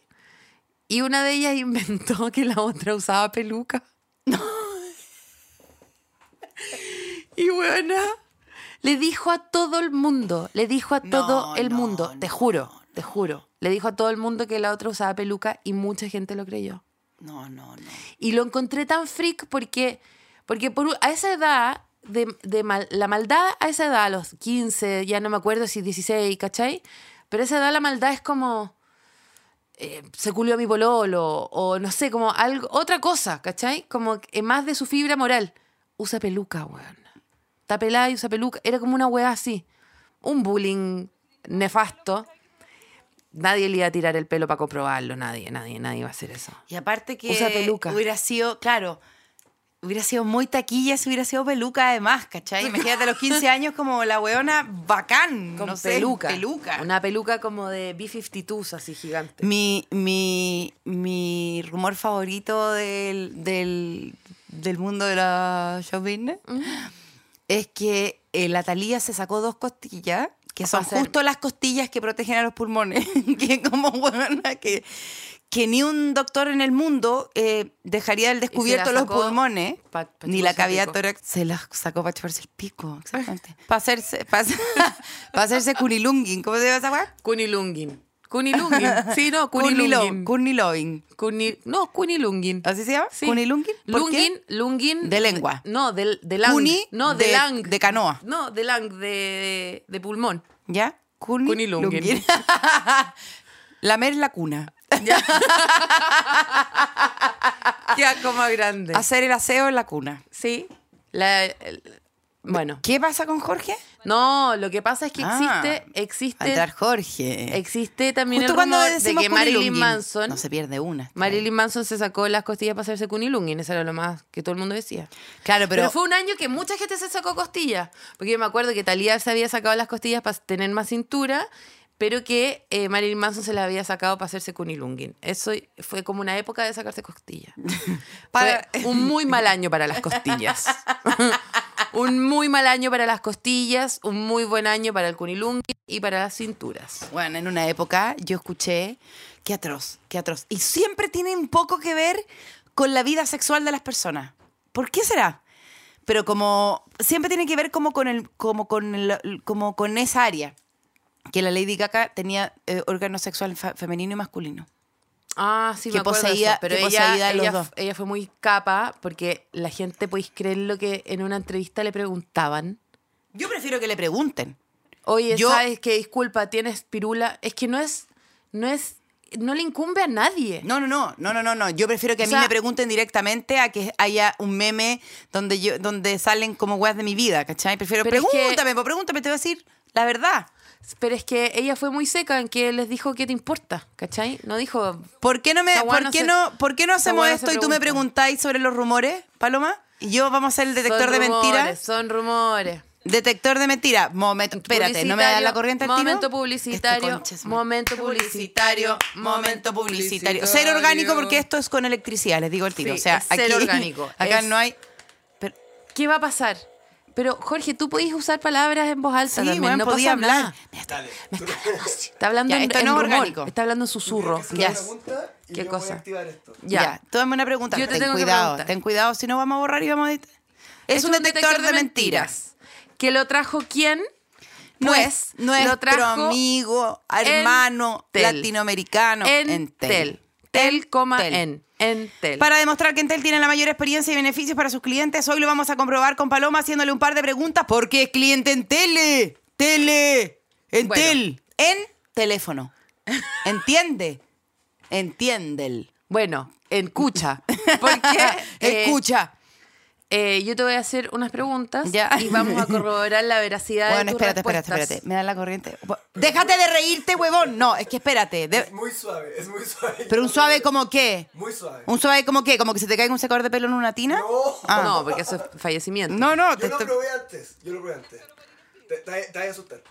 [SPEAKER 4] Y una de ellas inventó que la otra usaba peluca. Y buena. Le dijo a todo el mundo, le dijo a todo el
[SPEAKER 3] no,
[SPEAKER 4] mundo, te juro, te juro. Le dijo a todo el mundo que la otra usaba peluca y mucha gente lo creyó.
[SPEAKER 3] No, no, no.
[SPEAKER 4] Y lo encontré tan freak porque, porque por, u- a esa edad, de, de mal- la maldad a esa edad, a los 15, ya no me acuerdo si 16, ¿cachai? Pero a esa edad la maldad es como, eh, se culió a mi pololo, o no sé, como algo, otra cosa, ¿cachai? Como que más de su fibra moral. Usa peluca, weón. Está pelada y usa peluca. Era como una weá así. Un bullying nefasto. Nadie le iba a tirar el pelo para comprobarlo, nadie, nadie, nadie va a hacer eso.
[SPEAKER 3] Y aparte que
[SPEAKER 4] Usa peluca.
[SPEAKER 3] hubiera sido, claro, hubiera sido muy taquilla si hubiera sido peluca además, ¿cachai? Imagínate a los 15 años como la weona bacán,
[SPEAKER 4] Con
[SPEAKER 3] no sé,
[SPEAKER 4] peluca.
[SPEAKER 3] peluca.
[SPEAKER 4] Una peluca como de B-52s, así gigante.
[SPEAKER 3] Mi, mi, mi rumor favorito del, del, del mundo de la show business es que eh, la Thalía se sacó dos costillas, que son
[SPEAKER 4] hacer-
[SPEAKER 3] justo las costillas que protegen a los pulmones. que como huevona que, que ni un doctor en el mundo eh, dejaría al descubierto los
[SPEAKER 4] sacó
[SPEAKER 3] pulmones,
[SPEAKER 4] pa- pa
[SPEAKER 3] ni la
[SPEAKER 4] chuparse el
[SPEAKER 3] cavidad
[SPEAKER 4] pico.
[SPEAKER 3] tórax. Se las sacó para chuparse el pico, exactamente. para hacerse, para, hacerse kunilungin. ¿Cómo se llama esa weá?
[SPEAKER 4] Kunilungin. Kunilungin. Sí,
[SPEAKER 3] Kunilo-
[SPEAKER 4] no, Kunilungin.
[SPEAKER 3] Kunilovin.
[SPEAKER 4] Kuni- no, Kunilungin.
[SPEAKER 3] ¿Así se llama?
[SPEAKER 4] Sí.
[SPEAKER 3] ¿Kunilungin? ¿Por
[SPEAKER 4] Lungin, Lungin.
[SPEAKER 3] De lengua.
[SPEAKER 4] No, de, de lang.
[SPEAKER 3] Kuni
[SPEAKER 4] no, de,
[SPEAKER 3] de-
[SPEAKER 4] lang.
[SPEAKER 3] de canoa.
[SPEAKER 4] No, de lang, de, de pulmón.
[SPEAKER 3] ¿Ya? Kuni-
[SPEAKER 4] Kunilungin.
[SPEAKER 3] Lungin. Lamer la cuna. Ah.
[SPEAKER 4] Ya como grande.
[SPEAKER 3] Hacer el aseo en la cuna.
[SPEAKER 4] Sí. La- el- bueno.
[SPEAKER 3] ¿Qué pasa con Jorge?
[SPEAKER 4] No, lo que pasa es que
[SPEAKER 3] Ah,
[SPEAKER 4] existe, existe,
[SPEAKER 3] Faltar Jorge.
[SPEAKER 4] existe también
[SPEAKER 3] Justo
[SPEAKER 4] el
[SPEAKER 3] cuando
[SPEAKER 4] rumor de
[SPEAKER 3] decimos
[SPEAKER 4] que Marilyn
[SPEAKER 3] Kunilungin.
[SPEAKER 4] Manson
[SPEAKER 3] No se pierde una.
[SPEAKER 4] Marilyn Manson se sacó las costillas para hacerse kunilungin, eso era lo más que todo el mundo decía.
[SPEAKER 3] Claro,
[SPEAKER 4] Pero,
[SPEAKER 3] pero,
[SPEAKER 4] fue un año que mucha gente se sacó costillas, porque yo me acuerdo que Talía se había sacado las costillas para tener más cintura, pero que eh, Marilyn Manson se las había sacado para hacerse kunilungin. Eso fue como una época de sacarse costillas.
[SPEAKER 3] Para-
[SPEAKER 4] Fue un muy mal año para las costillas. un muy mal año para las costillas, un muy buen año para el kunilungin y para las cinturas.
[SPEAKER 3] Bueno, en una época yo escuché, qué atroz, qué atroz. Y siempre tiene un poco que ver con la vida sexual de las personas. ¿Por qué será? Pero como siempre tiene que ver como con el, como con el- como con esa área. que la Lady Gaga tenía eh, órgano sexual fa- femenino y masculino.
[SPEAKER 4] Ah, sí,
[SPEAKER 3] Que
[SPEAKER 4] me acuerdo de
[SPEAKER 3] poseía-
[SPEAKER 4] eso, pero
[SPEAKER 3] que
[SPEAKER 4] ella,
[SPEAKER 3] poseía a los
[SPEAKER 4] ella,
[SPEAKER 3] dos.
[SPEAKER 4] ella fue muy capa porque la gente, podéis creer lo que en una entrevista le preguntaban.
[SPEAKER 3] Yo prefiero que le pregunten.
[SPEAKER 4] Oye,
[SPEAKER 3] Yo-
[SPEAKER 4] ¿sabes qué? Disculpa, tienes pirula. Es que no es, no es, no le incumbe a nadie.
[SPEAKER 3] No, no, no, no, no, no, no. Yo prefiero que a
[SPEAKER 4] O
[SPEAKER 3] mí
[SPEAKER 4] sea-
[SPEAKER 3] me pregunten directamente a que haya un meme donde yo, donde salen como weas de mi vida, ¿cachai? Prefiero,
[SPEAKER 4] Pero es que-
[SPEAKER 3] pregúntame, pues, pregúntame, te voy a decir la verdad.
[SPEAKER 4] Pero es que ella fue muy seca en que les dijo qué te importa, ¿cachai? No dijo,
[SPEAKER 3] ¿Por qué no me,
[SPEAKER 4] Esa wea
[SPEAKER 3] por
[SPEAKER 4] no
[SPEAKER 3] qué
[SPEAKER 4] se-
[SPEAKER 3] no, por qué no
[SPEAKER 4] esa
[SPEAKER 3] hacemos
[SPEAKER 4] wea no
[SPEAKER 3] esto
[SPEAKER 4] se
[SPEAKER 3] y tú me
[SPEAKER 4] pregunta.
[SPEAKER 3] preguntáis sobre los rumores, Paloma? Y yo vamos a ser el detector
[SPEAKER 4] son
[SPEAKER 3] de
[SPEAKER 4] rumores,
[SPEAKER 3] mentiras.
[SPEAKER 4] Son rumores.
[SPEAKER 3] Detector de mentiras. Momento, espérate, no me da la
[SPEAKER 4] Publicitario,
[SPEAKER 3] corriente al tiro.
[SPEAKER 4] momento publicitario,
[SPEAKER 3] Este concha es madre.
[SPEAKER 4] momento publicitario,
[SPEAKER 3] momento publicitario. Ser orgánico porque esto es con electricidad, les digo el tiro.
[SPEAKER 4] Sí,
[SPEAKER 3] o sea,
[SPEAKER 4] es ser
[SPEAKER 3] aquí-
[SPEAKER 4] orgánico,
[SPEAKER 3] Acá
[SPEAKER 4] es-
[SPEAKER 3] no hay
[SPEAKER 4] ¿Qué va a pasar? Pero Jorge, tú podés usar palabras en voz alta
[SPEAKER 3] Sí,
[SPEAKER 4] también.
[SPEAKER 3] weón,
[SPEAKER 4] no
[SPEAKER 3] podía
[SPEAKER 4] pasa
[SPEAKER 3] hablar.
[SPEAKER 4] nada. Está hablando
[SPEAKER 3] Ya,
[SPEAKER 4] en,
[SPEAKER 3] esto
[SPEAKER 4] en
[SPEAKER 3] no es
[SPEAKER 4] rumor,
[SPEAKER 3] orgánico.
[SPEAKER 4] Está hablando en susurro.
[SPEAKER 3] Ya.
[SPEAKER 4] Ya.
[SPEAKER 6] y
[SPEAKER 4] ¿Qué
[SPEAKER 6] yo voy
[SPEAKER 4] cosa?
[SPEAKER 6] a activar esto.
[SPEAKER 3] Ya,
[SPEAKER 4] Ya.
[SPEAKER 3] tú dame una pregunta.
[SPEAKER 4] Yo te
[SPEAKER 3] ten
[SPEAKER 4] tengo que
[SPEAKER 3] cuidado,
[SPEAKER 4] preguntar.
[SPEAKER 3] ten cuidado, si no vamos a borrar y vamos a editar. Es, un, detector, de mentiras.
[SPEAKER 4] ¿Que lo trajo quién?
[SPEAKER 3] No
[SPEAKER 4] Pues
[SPEAKER 3] es
[SPEAKER 4] lo
[SPEAKER 3] nuestro
[SPEAKER 4] trajo
[SPEAKER 3] amigo, hermano
[SPEAKER 4] Tel.
[SPEAKER 3] latinoamericano
[SPEAKER 4] en,
[SPEAKER 3] en Tel.
[SPEAKER 4] Tel. Tel, coma,
[SPEAKER 3] Tel.
[SPEAKER 4] en. En Tel.
[SPEAKER 3] Para demostrar que Entel tiene la mayor experiencia y beneficios para sus clientes, hoy lo vamos a comprobar con Paloma haciéndole un par de preguntas porque es cliente en tele, tele, en
[SPEAKER 4] Bueno.
[SPEAKER 3] tel, en teléfono. ¿Entiende? Entiende.
[SPEAKER 4] Bueno, escucha. Porque eh,
[SPEAKER 3] Escucha.
[SPEAKER 4] eh, yo te voy a hacer unas preguntas
[SPEAKER 3] Ya.
[SPEAKER 4] y vamos a corroborar la veracidad
[SPEAKER 3] Bueno,
[SPEAKER 4] de eh, tus
[SPEAKER 3] espérate, espérate,
[SPEAKER 4] respuestas.
[SPEAKER 3] espérate. Me da la corriente. Déjate de reírte, huevón. No, es que espérate.
[SPEAKER 6] Es
[SPEAKER 3] De-
[SPEAKER 6] muy suave, es muy suave.
[SPEAKER 3] Pero un suave como qué?
[SPEAKER 6] Muy suave.
[SPEAKER 3] ¿Un suave como qué? ¿Como que se te caiga un secador de pelo en una tina?
[SPEAKER 6] No.
[SPEAKER 3] Ah.
[SPEAKER 4] No, porque eso es fallecimiento.
[SPEAKER 3] No, no. te
[SPEAKER 6] Yo lo
[SPEAKER 3] estoy-
[SPEAKER 6] probé antes, yo lo probé antes. Te, te- te vas a asustar.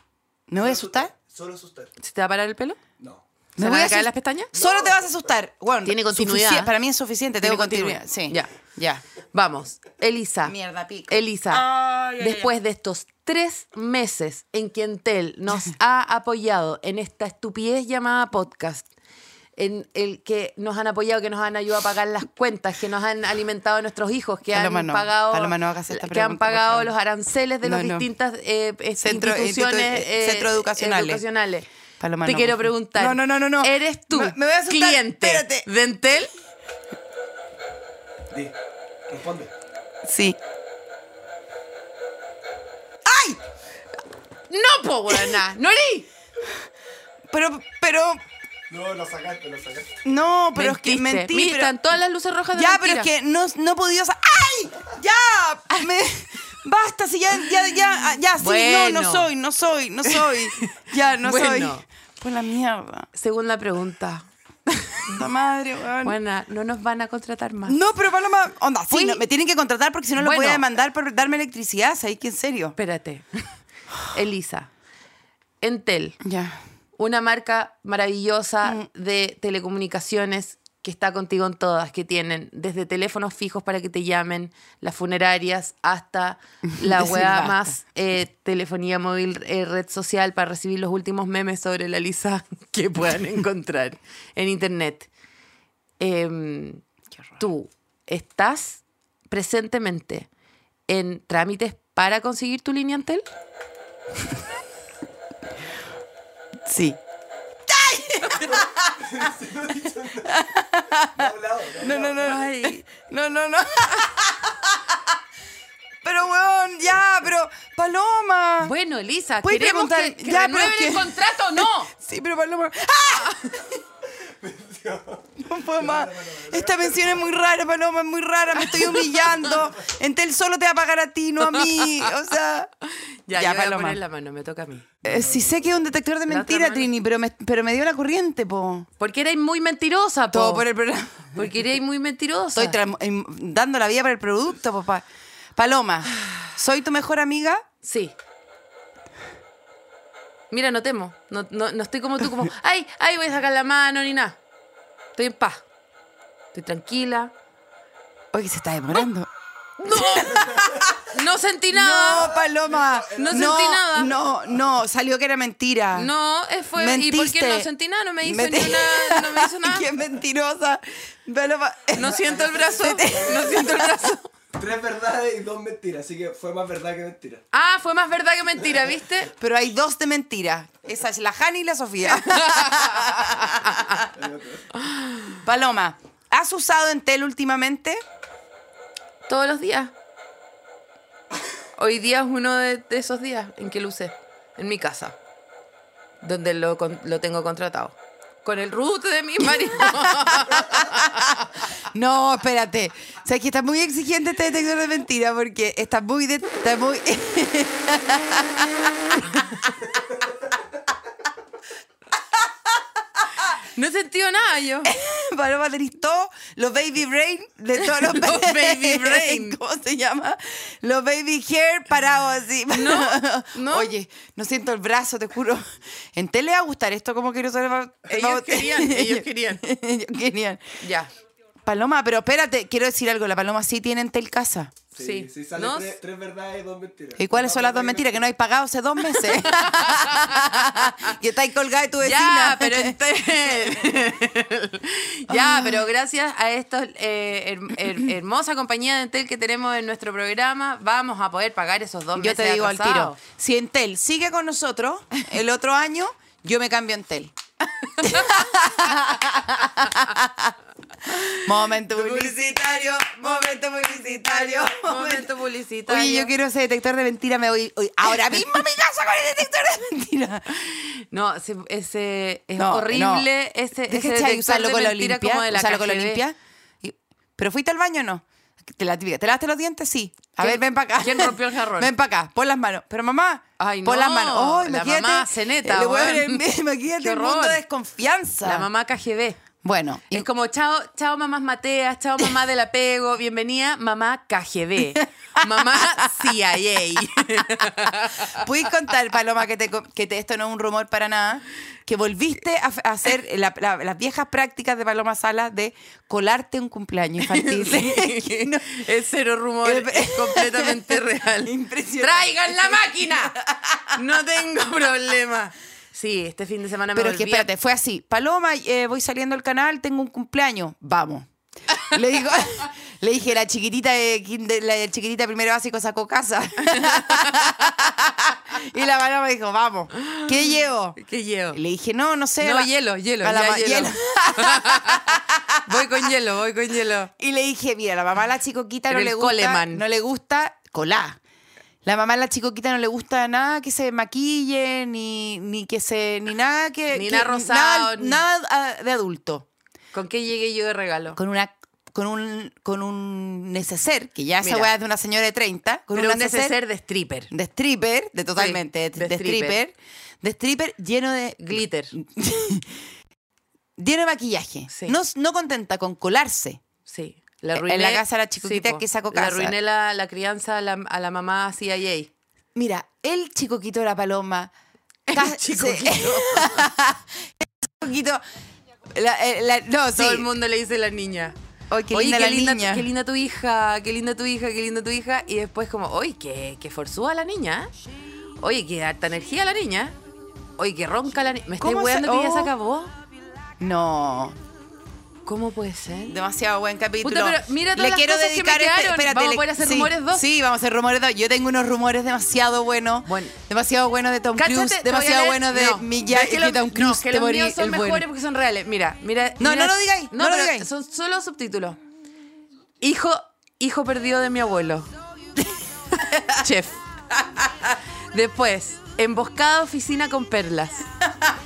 [SPEAKER 3] ¿Me voy a asustar?
[SPEAKER 6] Solo asustar.
[SPEAKER 4] ¿Se te va a parar el pelo?
[SPEAKER 6] No.
[SPEAKER 4] ¿Se
[SPEAKER 3] ¿Me
[SPEAKER 4] van
[SPEAKER 3] voy
[SPEAKER 4] a caer
[SPEAKER 3] asus-
[SPEAKER 4] las pestañas?
[SPEAKER 3] Solo te vas a asustar. Bueno,
[SPEAKER 4] Tiene continuidad.
[SPEAKER 3] sufici- Para mí es suficiente.
[SPEAKER 4] Tiene
[SPEAKER 3] Tengo continuidad. Sí.
[SPEAKER 4] continuidad.
[SPEAKER 3] Ya.
[SPEAKER 4] Vamos, Elisa.
[SPEAKER 3] Mierda, pico.
[SPEAKER 4] Elisa,
[SPEAKER 3] Ay, ay,
[SPEAKER 4] después de estos tres meses en que Entel nos ha apoyado en esta estupidez llamada podcast, en el que nos han apoyado, que nos han ayudado a pagar las cuentas, que nos han alimentado a nuestros hijos, que
[SPEAKER 3] Paloma,
[SPEAKER 4] han
[SPEAKER 3] no.
[SPEAKER 4] pagado,
[SPEAKER 3] Paloma, no hagas esta
[SPEAKER 4] que han
[SPEAKER 3] pregunta, por
[SPEAKER 4] pagado
[SPEAKER 3] favor.
[SPEAKER 4] los aranceles de
[SPEAKER 3] No,
[SPEAKER 4] las
[SPEAKER 3] no.
[SPEAKER 4] distintas eh, eh,
[SPEAKER 3] Centro-
[SPEAKER 4] instituciones
[SPEAKER 3] institu- eh, centro educacionales.
[SPEAKER 4] educacionales.
[SPEAKER 3] Paloma,
[SPEAKER 4] Te
[SPEAKER 3] no,
[SPEAKER 4] quiero
[SPEAKER 3] por favor.
[SPEAKER 4] preguntar.
[SPEAKER 3] No, no, no, no, no.
[SPEAKER 4] ¿Eres tú
[SPEAKER 3] Me- me voy a asustar.
[SPEAKER 4] cliente
[SPEAKER 3] Espérate.
[SPEAKER 4] de Entel?
[SPEAKER 6] Di. Responde.
[SPEAKER 3] Sí.
[SPEAKER 4] No, po, weona. Nori.
[SPEAKER 3] Pero, pero.
[SPEAKER 6] No, lo sacaste, lo sacaste.
[SPEAKER 3] No, pero es que
[SPEAKER 4] Mentiste.
[SPEAKER 3] mentí.
[SPEAKER 4] Mira,
[SPEAKER 3] pero-
[SPEAKER 4] están todas las luces rojas de
[SPEAKER 3] Ya,
[SPEAKER 4] mentira.
[SPEAKER 3] pero es que no, no he podido sa- ¡Ay! ¡Ya! Me- Basta, si ya, ya, ya, ah, ya, sí, no,
[SPEAKER 4] Bueno.
[SPEAKER 3] no soy, no soy, no soy. Ya, no
[SPEAKER 4] Bueno.
[SPEAKER 3] soy. Por la mierda.
[SPEAKER 4] Segunda pregunta.
[SPEAKER 3] La madre, weón.
[SPEAKER 4] Buena, no nos van a contratar más.
[SPEAKER 3] Ah, No, pero Paloma, onda, sí,
[SPEAKER 4] Oye.
[SPEAKER 3] no, me tienen que contratar porque si no lo voy
[SPEAKER 4] Bueno.
[SPEAKER 3] a demandar por darme electricidad, ¿sabes que en serio?
[SPEAKER 4] Espérate. Elisa. Entel,
[SPEAKER 3] Ya.
[SPEAKER 4] una marca maravillosa
[SPEAKER 3] Mm.
[SPEAKER 4] de telecomunicaciones que está contigo en todas, que tienen desde teléfonos fijos para que te llamen, las funerarias, hasta la
[SPEAKER 3] Decir
[SPEAKER 4] weá
[SPEAKER 3] basta.
[SPEAKER 4] más eh, telefonía móvil, eh, red social para recibir los últimos memes sobre la Lisa que puedan encontrar en internet. Em, tú estás presentemente en trámites para conseguir tu línea Antel?
[SPEAKER 3] Sí.
[SPEAKER 6] No ha hablado, no ha
[SPEAKER 3] No, no,
[SPEAKER 6] hablado.
[SPEAKER 3] no. No, no, no. Pero, weón, ya, pero, Paloma.
[SPEAKER 4] Bueno, Elisa,
[SPEAKER 3] ¿Puedes
[SPEAKER 4] queremos
[SPEAKER 3] preguntar?
[SPEAKER 4] que, que
[SPEAKER 3] Ya, pero
[SPEAKER 4] renueven
[SPEAKER 3] que-
[SPEAKER 4] el contrato o no.
[SPEAKER 3] Sí, pero Paloma. ¡Ah! No puedo más. Esta mención es muy rara, Paloma, es muy rara. Me estoy humillando. Entel solo te va a pagar a ti, no a mí. O sea.
[SPEAKER 4] Ya, yo voy a poner la mano, me toca a mí.
[SPEAKER 3] Eh, sí sé que es un detector de
[SPEAKER 4] La otra
[SPEAKER 3] mentira,
[SPEAKER 4] mano.
[SPEAKER 3] Trini, pero me, pero me dio la corriente, po.
[SPEAKER 4] Porque erais muy mentirosa, po.
[SPEAKER 3] Todo por el programa.
[SPEAKER 4] Porque erais muy mentirosa.
[SPEAKER 3] Estoy tra- em, dando la vida para el producto, papá. Paloma, ¿soy tu mejor amiga?
[SPEAKER 4] Sí. Mira, no temo. No, no, no estoy como tú, como, ay, ay, voy a sacar la mano ni nada. Estoy en paz. Estoy tranquila.
[SPEAKER 3] Oye, se está demorando.
[SPEAKER 4] No sentí
[SPEAKER 3] No,
[SPEAKER 4] nada.
[SPEAKER 3] Paloma.
[SPEAKER 4] No sentí nada.
[SPEAKER 3] No, no, salió que era mentira.
[SPEAKER 4] No, eh, fue. ¿Y por qué
[SPEAKER 3] Mentiste.
[SPEAKER 4] no sentí nada? No me hizo
[SPEAKER 3] Menti-
[SPEAKER 4] ni nada. No me hizo nada.
[SPEAKER 3] Qué mentirosa. Paloma.
[SPEAKER 4] No siento el brazo. No siento el brazo.
[SPEAKER 6] tres verdades y dos mentiras, así que fue más verdad que mentira.
[SPEAKER 4] Ah, fue más verdad que mentira, ¿viste?
[SPEAKER 3] Pero hay dos de mentira. Esa es la Jani y la Sofía. Paloma, ¿has usado Entel últimamente?
[SPEAKER 4] Todos los días. Hoy día es uno de, de esos días en que lo usé. En mi casa. Donde lo, con- lo tengo contratado. Con el root de mi marido.
[SPEAKER 3] No, espérate. O sea, que está muy exigente este detector de mentira porque está muy... de- está muy...
[SPEAKER 4] No he sentido nada yo.
[SPEAKER 3] Paloma, tenés todo, los baby brain, de todos los,
[SPEAKER 4] Los baby brain.
[SPEAKER 3] ¿Cómo se llama? Los baby hair parados así. No,
[SPEAKER 4] no.
[SPEAKER 3] Oye, no siento el brazo, te juro. En tele va a gustar esto, como que nosotros vamos-
[SPEAKER 4] Ellos
[SPEAKER 3] vamos-
[SPEAKER 4] querían, ellos querían.
[SPEAKER 3] ellos querían.
[SPEAKER 4] Ya.
[SPEAKER 3] Paloma, pero espérate, quiero decir algo. La Paloma sí tiene en tel casa.
[SPEAKER 4] Sí.
[SPEAKER 6] Sí, sí, salen
[SPEAKER 4] No s-
[SPEAKER 6] tres, tres verdades y dos mentiras.
[SPEAKER 3] ¿Y cuáles son las dos mentiras? Que no hay pagado hace dos meses. y estáis colgada de tu vecina.
[SPEAKER 4] Ya, pero este- ya,
[SPEAKER 3] Ah.
[SPEAKER 4] pero gracias a esta hermosa compañía de Entel que tenemos en nuestro programa, vamos a poder pagar esos dos
[SPEAKER 3] Yo
[SPEAKER 4] meses
[SPEAKER 3] te digo al
[SPEAKER 4] atrasados.
[SPEAKER 3] tiro. Si Entel sigue con nosotros el otro año, yo me cambio a Entel. momento publicitario, momento publicitario,
[SPEAKER 4] Momento publicitario.
[SPEAKER 3] Oye, yo quiero ese detector de mentira, me voy hoy- ahora mismo a mi casa con el detector de mentira.
[SPEAKER 4] No, ese, ese- es
[SPEAKER 3] No,
[SPEAKER 4] horrible
[SPEAKER 3] no.
[SPEAKER 4] ese, ese
[SPEAKER 3] Deja,
[SPEAKER 4] detector
[SPEAKER 3] chay, usarlo
[SPEAKER 4] de
[SPEAKER 3] con la
[SPEAKER 4] mentira
[SPEAKER 3] Olimpia,
[SPEAKER 4] como de la
[SPEAKER 3] usarlo con la
[SPEAKER 4] KGB.
[SPEAKER 3] Olimpia. Y- ¿Pero fuiste al baño o no? Te la típica, ¿Te lavaste los dientes? Sí. A
[SPEAKER 4] ¿Quién-
[SPEAKER 3] ver, ven para acá.
[SPEAKER 4] quién rompió el jarrón?
[SPEAKER 3] Ven para acá, pon las manos. Pero mamá,
[SPEAKER 4] Ay,
[SPEAKER 3] pon
[SPEAKER 4] no,
[SPEAKER 3] las manos. Oh,
[SPEAKER 4] la
[SPEAKER 3] imagínate, eh,
[SPEAKER 4] mamá ceneta,
[SPEAKER 3] el weón,
[SPEAKER 4] weón. Qué
[SPEAKER 3] Imagínate el mundo
[SPEAKER 4] horror.
[SPEAKER 3] de desconfianza.
[SPEAKER 4] La mamá KGB.
[SPEAKER 3] Bueno, Ah. y-
[SPEAKER 4] Es como, chao, chao mamás Mateas, chao mamá del apego, bienvenida mamá KGB, mamá CIA.
[SPEAKER 3] ¿Puedes contar, Paloma, que, te, co- que te- esto no es un rumor para nada? Que volviste a, f- a hacer la- la- las viejas prácticas de Paloma Sala de colarte un cumpleaños infantil. Que no-
[SPEAKER 4] Es cero rumor,
[SPEAKER 3] El-
[SPEAKER 4] es completamente real.
[SPEAKER 3] Impresionante.
[SPEAKER 4] ¡Traigan la máquina! No tengo problema. Sí, este fin de semana me
[SPEAKER 3] Pero es que
[SPEAKER 4] volví a-
[SPEAKER 3] espérate, fue así. Paloma, eh, voy saliendo al canal, tengo un cumpleaños. Vamos. Le digo, le dije, la chiquitita de, kinder- la chiquitita de primero básico sacó casa. y la Paloma dijo, vamos. ¿Qué llevo?
[SPEAKER 4] ¿Qué llevo?
[SPEAKER 3] Le dije, no, no sé.
[SPEAKER 4] No,
[SPEAKER 3] la-
[SPEAKER 4] hielo, hielo,
[SPEAKER 3] a la
[SPEAKER 4] ya
[SPEAKER 3] ma-
[SPEAKER 4] hielo.
[SPEAKER 3] hielo.
[SPEAKER 4] Voy con hielo, voy con hielo.
[SPEAKER 3] Y le dije, mira, la mamá a la chicoquita
[SPEAKER 4] Pero
[SPEAKER 3] no
[SPEAKER 4] el
[SPEAKER 3] le gusta.
[SPEAKER 4] Coleman.
[SPEAKER 3] No le gusta colar. La mamá a la chicoquita no le gusta nada que se maquille, ni, ni que se. ni nada que.
[SPEAKER 4] Ni
[SPEAKER 3] que-
[SPEAKER 4] nada rosado, ni-
[SPEAKER 3] Nada, ah, de adulto.
[SPEAKER 4] ¿Con qué llegué yo de regalo?
[SPEAKER 3] Con una. Con un, con un neceser, que ya esa
[SPEAKER 4] Mira.
[SPEAKER 3] weá es de una señora de 30. Con
[SPEAKER 4] Pero un
[SPEAKER 3] neceser
[SPEAKER 4] neceser de stripper.
[SPEAKER 3] De stripper, de totalmente,
[SPEAKER 4] Sí,
[SPEAKER 3] de,
[SPEAKER 4] de
[SPEAKER 3] de stripper. De stripper lleno de.
[SPEAKER 4] Glitter.
[SPEAKER 3] lleno de maquillaje.
[SPEAKER 4] Sí.
[SPEAKER 3] No, no contenta con colarse.
[SPEAKER 4] Sí. Le
[SPEAKER 3] En
[SPEAKER 4] arruiné,
[SPEAKER 3] la casa de la chiquitita
[SPEAKER 4] po.
[SPEAKER 3] que sacó
[SPEAKER 4] Le
[SPEAKER 3] casa.
[SPEAKER 4] arruiné la, la crianza a la, a la mamá CIA.
[SPEAKER 3] Mira, el chicoquito de la paloma. ca-
[SPEAKER 4] chicoquito.
[SPEAKER 3] se- el chicoquito. la- eh, la- no, sí.
[SPEAKER 4] Todo el mundo le dice la niña.
[SPEAKER 3] Ay, qué
[SPEAKER 4] Oye,
[SPEAKER 3] linda
[SPEAKER 4] qué,
[SPEAKER 3] la
[SPEAKER 4] linda,
[SPEAKER 3] niña.
[SPEAKER 4] qué linda tu hija, qué linda tu hija, qué linda tu hija. Y después como, oye, qué, qué forzúa la niña. ¿eh? Oye, qué harta energía la niña. ¿eh? Oye, qué ronca la niña. ¿Me estáis
[SPEAKER 3] ¿Cómo se-
[SPEAKER 4] weando que ya se
[SPEAKER 3] oh.
[SPEAKER 4] acabó?
[SPEAKER 3] No,
[SPEAKER 4] ¿Cómo puede ser?
[SPEAKER 3] demasiado buen capítulo.
[SPEAKER 4] Puta, pero mira todas las cosas que me quedaron. Vamos a poder hacer
[SPEAKER 3] este- sí,
[SPEAKER 4] rumores dos.
[SPEAKER 3] Sí, vamos a hacer rumores dos. Yo tengo unos rumores demasiado buenos.
[SPEAKER 4] Bueno.
[SPEAKER 3] Demasiado buenos de Tom
[SPEAKER 4] Cáchate, te voy
[SPEAKER 3] Cruise.
[SPEAKER 4] a
[SPEAKER 3] Demasiado
[SPEAKER 4] leer-
[SPEAKER 3] buenos de
[SPEAKER 4] no,
[SPEAKER 3] Miyagi-
[SPEAKER 4] es que
[SPEAKER 3] de
[SPEAKER 4] los-
[SPEAKER 3] Tom Cruise.
[SPEAKER 4] No, que
[SPEAKER 3] te
[SPEAKER 4] los
[SPEAKER 3] morí
[SPEAKER 4] míos son
[SPEAKER 3] el
[SPEAKER 4] mejores
[SPEAKER 3] bueno.
[SPEAKER 4] porque son reales. Mira, mira,
[SPEAKER 3] No,
[SPEAKER 4] mira-
[SPEAKER 3] no lo digáis, no lo
[SPEAKER 4] pero
[SPEAKER 3] digáis.
[SPEAKER 4] Son solo subtítulos. Hijo, hijo perdido de mi abuelo. Chef. Después, emboscada oficina con perlas.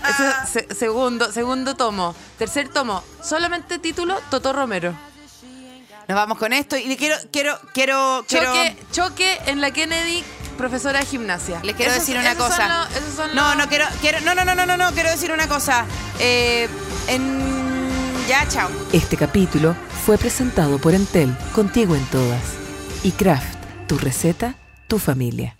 [SPEAKER 4] Eso es se- segundo, segundo tomo. Tercer tomo, solamente título Totó Romero.
[SPEAKER 3] Nos vamos con esto y le quiero, quiero, quiero, quiero.
[SPEAKER 4] Choque, choque en la Kennedy, profesora de gimnasia.
[SPEAKER 3] Les quiero
[SPEAKER 4] Esos-
[SPEAKER 3] decir una
[SPEAKER 4] esos son
[SPEAKER 3] cosa.
[SPEAKER 4] los- esos son
[SPEAKER 3] no,
[SPEAKER 4] los-
[SPEAKER 3] no quiero, quiero, no, no, no, no, no, no, quiero decir una cosa. Eh, en, ya, chao.
[SPEAKER 2] Este capítulo fue presentado por Entel, contigo en todas. Y Kraft, tu receta, tu familia.